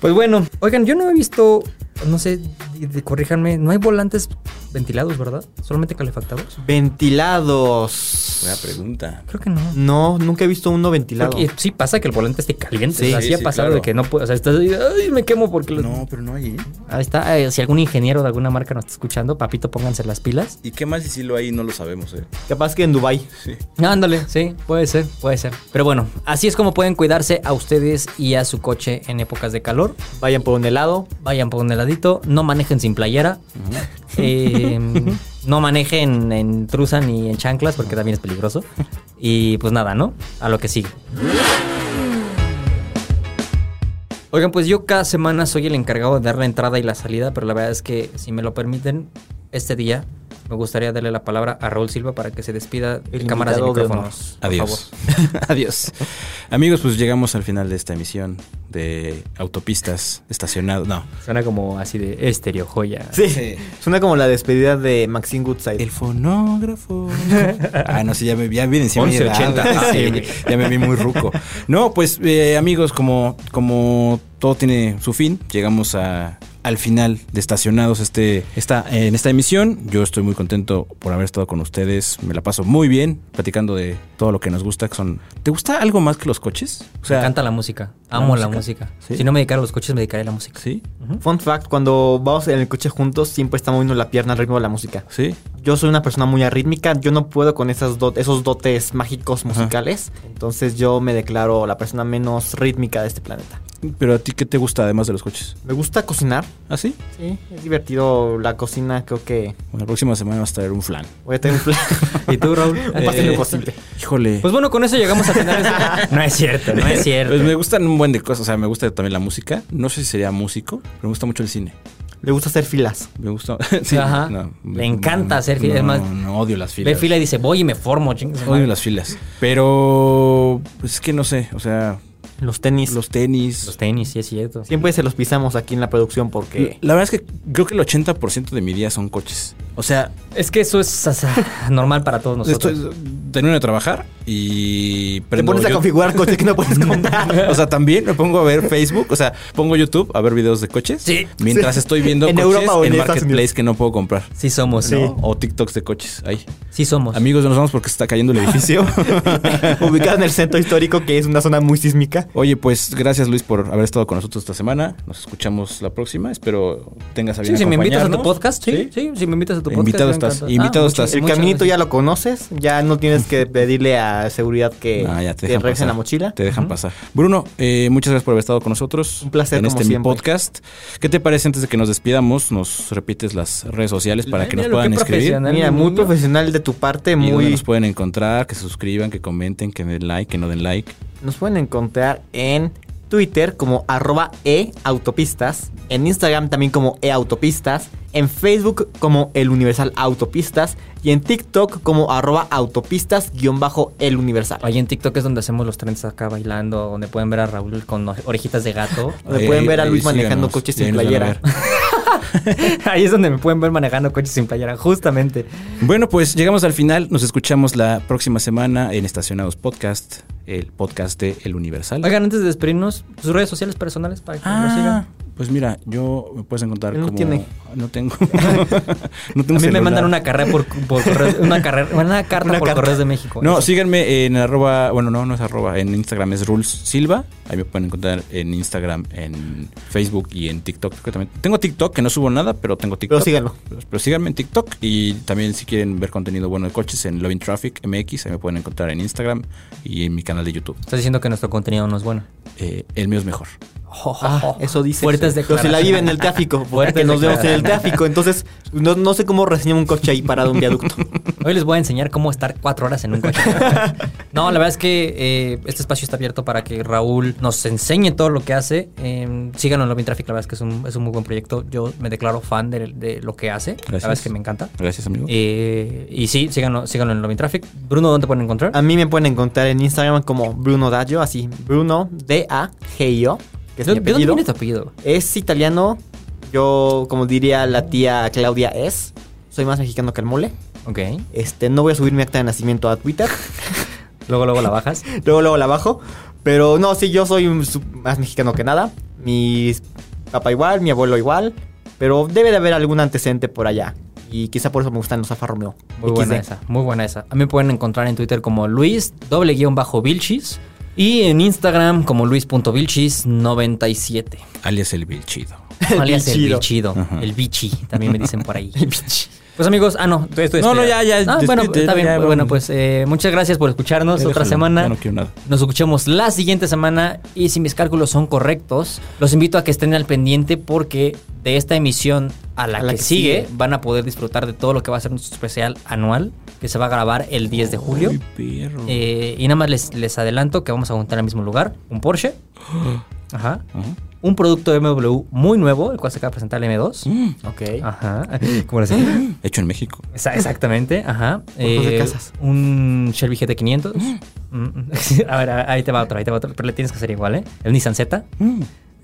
Speaker 1: Pues bueno, oigan, yo no he visto, no sé, y- y corríjanme, no hay volantes ventilados, ¿verdad? Solamente calefactados.
Speaker 3: Ventilados.
Speaker 2: Buena pregunta.
Speaker 1: Creo que no.
Speaker 3: No, nunca he visto uno ventilado.
Speaker 1: Porque sí pasa que el volante esté caliente.
Speaker 3: Sí,
Speaker 1: o sea, sí,
Speaker 2: sí,
Speaker 1: ha
Speaker 2: sí,
Speaker 1: pasado
Speaker 2: claro.
Speaker 1: de que no puedo. O sea, estás ahí, ay, me quemo porque. lo-".
Speaker 2: No, pero no hay. ¿eh?
Speaker 1: Ahí está. eh, si algún ingeniero de alguna marca nos está escuchando, papito, pónganse las pilas.
Speaker 2: ¿Y qué mal si sí lo hay? No lo sabemos, ¿eh?
Speaker 3: Capaz que en Dubai.
Speaker 1: Ah, Ándale, sí, puede ser, puede ser. Pero bueno, así es como pueden cuidarse a ustedes y a su coche en épocas de calor.
Speaker 3: Vayan por un helado.
Speaker 1: Vayan por un heladito, no manejen sin playera. Eh, no manejen en trusa ni en chanclas porque también es peligroso. Y pues nada, ¿no? A lo que sigue. Oigan, pues yo cada semana soy el encargado de dar la entrada y la salida, pero la verdad es que, si me lo permiten, este día me gustaría darle la palabra a Raúl Silva para que se despida de
Speaker 3: El
Speaker 1: cámaras y
Speaker 3: invitado de
Speaker 1: micrófonos. por
Speaker 2: Adiós. Adiós. Amigos, pues llegamos al final de esta emisión de autopistas estacionado. No.
Speaker 1: favor. Suena como así de estéreo joya.
Speaker 3: Sí.
Speaker 2: Sí.
Speaker 3: Suena como la despedida de Maxine Goodside.
Speaker 2: El fonógrafo. Ah, no, sí, ya, me, ya vienen encima de mi edad.
Speaker 1: 11.80.
Speaker 2: Sí,
Speaker 1: Sí.
Speaker 2: ya me vi muy ruco. No, pues, eh, amigos, como, como todo tiene su fin, llegamos a- al final de Estacionados este, esta, en esta emisión. Yo estoy muy contento por haber estado con ustedes. Me la paso muy bien platicando de todo lo que nos gusta. Que son, ¿Te gusta algo más que los coches? O
Speaker 1: Me
Speaker 2: sea,
Speaker 1: encanta la música. Amo la música.
Speaker 2: Sí.
Speaker 1: Si no me dedicara a los coches, me dedicaré a la música.
Speaker 2: ¿Sí?
Speaker 3: Fun fact, cuando vamos en el coche juntos, siempre está moviendo la pierna al ritmo de la música.
Speaker 2: ¿Sí?
Speaker 3: Yo soy una persona muy arrítmica, yo no puedo con esas do- esos dotes mágicos musicales. Entonces yo me declaro la persona menos rítmica de este planeta.
Speaker 2: Pero a ti, ¿qué te gusta además de los coches?
Speaker 3: Me gusta cocinar.
Speaker 2: ¿Ah, sí?
Speaker 3: Sí, es divertido la cocina, creo que
Speaker 2: Bueno, la próxima semana vas a traer un flan.
Speaker 3: voy a tener un plan.
Speaker 1: ¿Y tú, Raúl?
Speaker 3: Un pastel imposible.
Speaker 2: Híjole.
Speaker 1: Pues bueno, con eso llegamos a tener No es cierto, no es cierto.
Speaker 2: Pues me gustan un buen de cosas. O sea, me gusta también la música. No sé si sería músico, pero me gusta mucho el cine.
Speaker 3: Le gusta hacer filas.
Speaker 2: Me gusta. sí,
Speaker 1: Ajá. Le encanta hacer filas. Es
Speaker 2: No,
Speaker 1: más,
Speaker 2: no, odio las
Speaker 1: Ve
Speaker 2: filas.
Speaker 1: fila y dice, voy y me formo, ching.
Speaker 2: Odio las filas. Pero pues, es que no sé. O sea,
Speaker 3: Los tenis.
Speaker 2: los tenis.
Speaker 1: Los tenis, sí es cierto.
Speaker 3: Siempre se los pisamos aquí en la producción porque...
Speaker 2: la verdad es que creo que el 80% de mi día son coches. O sea,
Speaker 1: Es que eso es o sea, normal para todos nosotros.
Speaker 2: estoy termino de trabajar y
Speaker 3: Te
Speaker 2: prendo
Speaker 3: pones a
Speaker 2: yo-
Speaker 3: configurar coches que no puedes comprar.
Speaker 2: O sea, también me pongo a ver Facebook, o sea, pongo YouTube a ver videos de coches.
Speaker 1: Sí.
Speaker 2: Mientras
Speaker 3: Sí.
Speaker 2: estoy viendo
Speaker 3: En
Speaker 2: coches
Speaker 3: Europa o en
Speaker 2: en
Speaker 3: Estados Unidos.
Speaker 2: Marketplace que no puedo comprar.
Speaker 1: Sí somos,
Speaker 2: ¿no?
Speaker 1: ¿no?
Speaker 2: O TikToks de coches. Ahí.
Speaker 1: Sí somos.
Speaker 2: Amigos, nos vamos porque se está cayendo el edificio.
Speaker 3: Ubicado en el centro histórico, que es una zona muy sísmica.
Speaker 2: Oye, pues gracias Luis por haber estado con nosotros esta semana. Nos escuchamos la próxima. Espero tengas a bien
Speaker 1: Sí, si me invitas a tu
Speaker 2: acompañarnos.
Speaker 1: podcast, sí, sí, si me invitas a Ah, tu podcast.
Speaker 2: Invitado
Speaker 1: yo
Speaker 2: estás,
Speaker 1: encantado.
Speaker 2: invitado
Speaker 1: muchas-
Speaker 2: estás.
Speaker 3: El
Speaker 1: muchas
Speaker 3: caminito ya
Speaker 1: gracias.
Speaker 3: lo conoces, ya no tienes que pedirle a seguridad que,
Speaker 2: Ah, ya te
Speaker 3: que
Speaker 2: dejan
Speaker 3: regresen
Speaker 2: pasar.
Speaker 3: la mochila.
Speaker 2: Te dejan pasar. Bruno, eh, muchas gracias por haber estado con nosotros.
Speaker 3: Un placer,
Speaker 2: En
Speaker 3: como
Speaker 2: este mi
Speaker 3: siempre.
Speaker 2: podcast. ¿Qué te parece antes de que nos despidamos? Nos repites las redes sociales para
Speaker 1: Ay,
Speaker 2: que
Speaker 1: mira
Speaker 2: nos
Speaker 1: lo que
Speaker 2: puedan escribir.
Speaker 1: profesional,
Speaker 3: Mira,
Speaker 1: mi
Speaker 3: muy
Speaker 1: niño.
Speaker 3: profesional de tu parte,
Speaker 2: Y dónde
Speaker 3: muy...
Speaker 2: nos pueden encontrar, que se suscriban, que comenten, que den like, que no den like.
Speaker 3: Nos pueden encontrar en Twitter como arroba eautopistas, en Instagram también como eautopistas, en Facebook como el Universal Autopistas y en TikTok como arroba autopistas-el Universal.
Speaker 1: Ahí en TikTok es donde hacemos los trends acá bailando, donde pueden ver a Raúl con orejitas de gato.
Speaker 3: Donde
Speaker 2: Ahí-
Speaker 3: pueden ver a
Speaker 2: ahí
Speaker 3: Luis manejando
Speaker 2: síganos,
Speaker 3: coches
Speaker 2: y ahí
Speaker 3: sin
Speaker 2: nos van a
Speaker 3: playera.
Speaker 2: ver.
Speaker 1: Ahí es donde me pueden ver manejando coches sin playera, justamente.
Speaker 2: Bueno, pues llegamos al final. Nos escuchamos la próxima semana en Estacionados Podcast, el podcast de El Universal.
Speaker 1: Oigan, antes de despedirnos, sus redes sociales personales para que nos
Speaker 2: Ah,
Speaker 1: sigan.
Speaker 2: pues mira, yo me puedes encontrar
Speaker 3: Él no
Speaker 2: como
Speaker 3: tiene.
Speaker 2: no tengo. no tengo
Speaker 1: A mí me
Speaker 2: celular.
Speaker 1: mandan una carrera por, por correos- una carrera, una carta
Speaker 3: Una
Speaker 1: por
Speaker 3: carta.
Speaker 1: correos de México.
Speaker 2: No,
Speaker 1: Eso.
Speaker 2: síganme en arroba, bueno, no, no es arroba, en Instagram es Rules Silva. Ahí me pueden encontrar en Instagram, en Facebook y en TikTok. creo que también. Tengo TikTok, que no subo nada, pero tengo TikTok.
Speaker 3: Pero síganlo.
Speaker 2: Pero, pero síganme en TikTok y también si quieren ver contenido bueno de coches en Loving Traffic MX, ahí me pueden encontrar en Instagram y en mi canal de YouTube.
Speaker 1: Estás diciendo que nuestro contenido no es bueno.
Speaker 2: Eh, el mío es mejor.
Speaker 3: Ah, eso dice.
Speaker 1: Fuertes
Speaker 3: Pero si la
Speaker 1: declaraciones.
Speaker 3: vive en el tráfico, porque
Speaker 1: Fuertes
Speaker 3: nos vemos en el
Speaker 1: declaraciones.
Speaker 3: tráfico. Entonces, no, no sé cómo reseñar un coche ahí parado en un viaducto.
Speaker 1: Hoy les voy a enseñar cómo estar cuatro horas en un coche. no, la verdad es que eh, este espacio está abierto para que Raúl nos enseñe todo lo que hace. Eh, síganos en Lobby Traffic, la verdad es que es un, es un muy buen proyecto. Yo me declaro fan de, de lo que hace. La verdad
Speaker 2: Gracias.
Speaker 1: es que me encanta.
Speaker 2: Gracias, amigo.
Speaker 1: Eh, y sí, síganlo, síganlo en Lobby Traffic. Bruno, ¿dónde te pueden encontrar?
Speaker 3: A mí me pueden encontrar en Instagram como Bruno Daggio, así. Bruno D-A-G-I-O, que es
Speaker 1: ¿De,
Speaker 3: mi
Speaker 1: de dónde
Speaker 3: apellido.
Speaker 1: viene tu apellido?
Speaker 3: Es italiano. Yo, como diría la tía Claudia, es. Soy más mexicano que el mole.
Speaker 1: Ok.
Speaker 3: Este, no voy a subir mi acta de nacimiento a Twitter.
Speaker 1: Luego, luego la bajas.
Speaker 3: luego, luego la bajo. Pero no, sí, yo soy un su- más mexicano que nada. Mi papá igual, mi abuelo igual. Pero debe de haber algún antecedente por allá. Y quizá por eso me gustan los Alfa Romeo.
Speaker 1: Muy
Speaker 3: XD.
Speaker 1: buena esa, muy buena esa. A mí me pueden encontrar en Twitter como Luis, doble guión bajo Vilchis. Y en Instagram como Luis.vilchis97.
Speaker 2: Alias el Vilchido.
Speaker 1: alias el
Speaker 3: bichido.
Speaker 1: bichido. El bichi, también me dicen por ahí. Pues amigos, ah, no, tú- tú
Speaker 2: No, no,
Speaker 1: despida.
Speaker 2: ya, ya,
Speaker 1: Ah, bueno,
Speaker 2: despídete,
Speaker 1: está bien.
Speaker 2: ya,
Speaker 1: bueno,
Speaker 2: vamos.
Speaker 1: pues eh, muchas gracias por escucharnos
Speaker 2: Ya
Speaker 1: otra
Speaker 2: déjalo,
Speaker 1: semana.
Speaker 2: ya no quiero nada.
Speaker 1: Nos escuchamos la siguiente semana y si mis cálculos son correctos, los invito a que estén al pendiente porque de esta emisión a la,
Speaker 3: A la
Speaker 1: que,
Speaker 3: que
Speaker 1: sigue,
Speaker 3: sigue.
Speaker 1: van a poder disfrutar de todo lo que va a ser nuestro especial anual que se va a grabar el 10 de julio.
Speaker 2: Ay, perro.
Speaker 1: Eh, y nada más les, les adelanto que vamos a juntar al mismo lugar un Porsche. Ajá. Un producto BMW muy nuevo, el cual se acaba de presentar el M2.
Speaker 3: Ok.
Speaker 1: Ah, Ajá. ¿Cómo lo hacen?
Speaker 2: Hecho en México.
Speaker 1: Esa- Exactamente, ajá. Eh,
Speaker 3: José Casas.
Speaker 1: Un Shelby GT500. Mm, mm. a ver, a- ahí te va otro, ahí te va otro. Pero le tienes que hacer igual, ¿eh? El Nissan Z.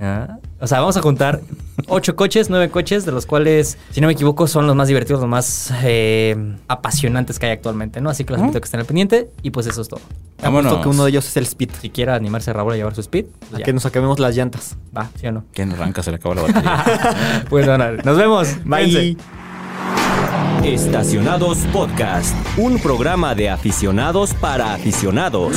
Speaker 1: Ah, O sea, vamos a juntar ocho coches, nueve coches, de los cuales, si no me equivoco, son los más divertidos, los más eh, apasionantes que hay actualmente, ¿no? Así que los invito a que estén al pendiente. Y pues eso es todo.
Speaker 3: Apuesto
Speaker 2: Vámonos.
Speaker 3: que uno de ellos es el Speed.
Speaker 1: Si quiera animarse Raúl a llevar su speed, pues
Speaker 3: A
Speaker 1: ya.
Speaker 3: que nos acabemos las llantas.
Speaker 1: va, ¿sí o no?
Speaker 2: ¿Quién arranca? Se le acabó la batería.
Speaker 1: Pues bueno, nos vemos. Cuídense.
Speaker 3: Bye.
Speaker 5: Estacionados Podcast, un programa de aficionados para aficionados.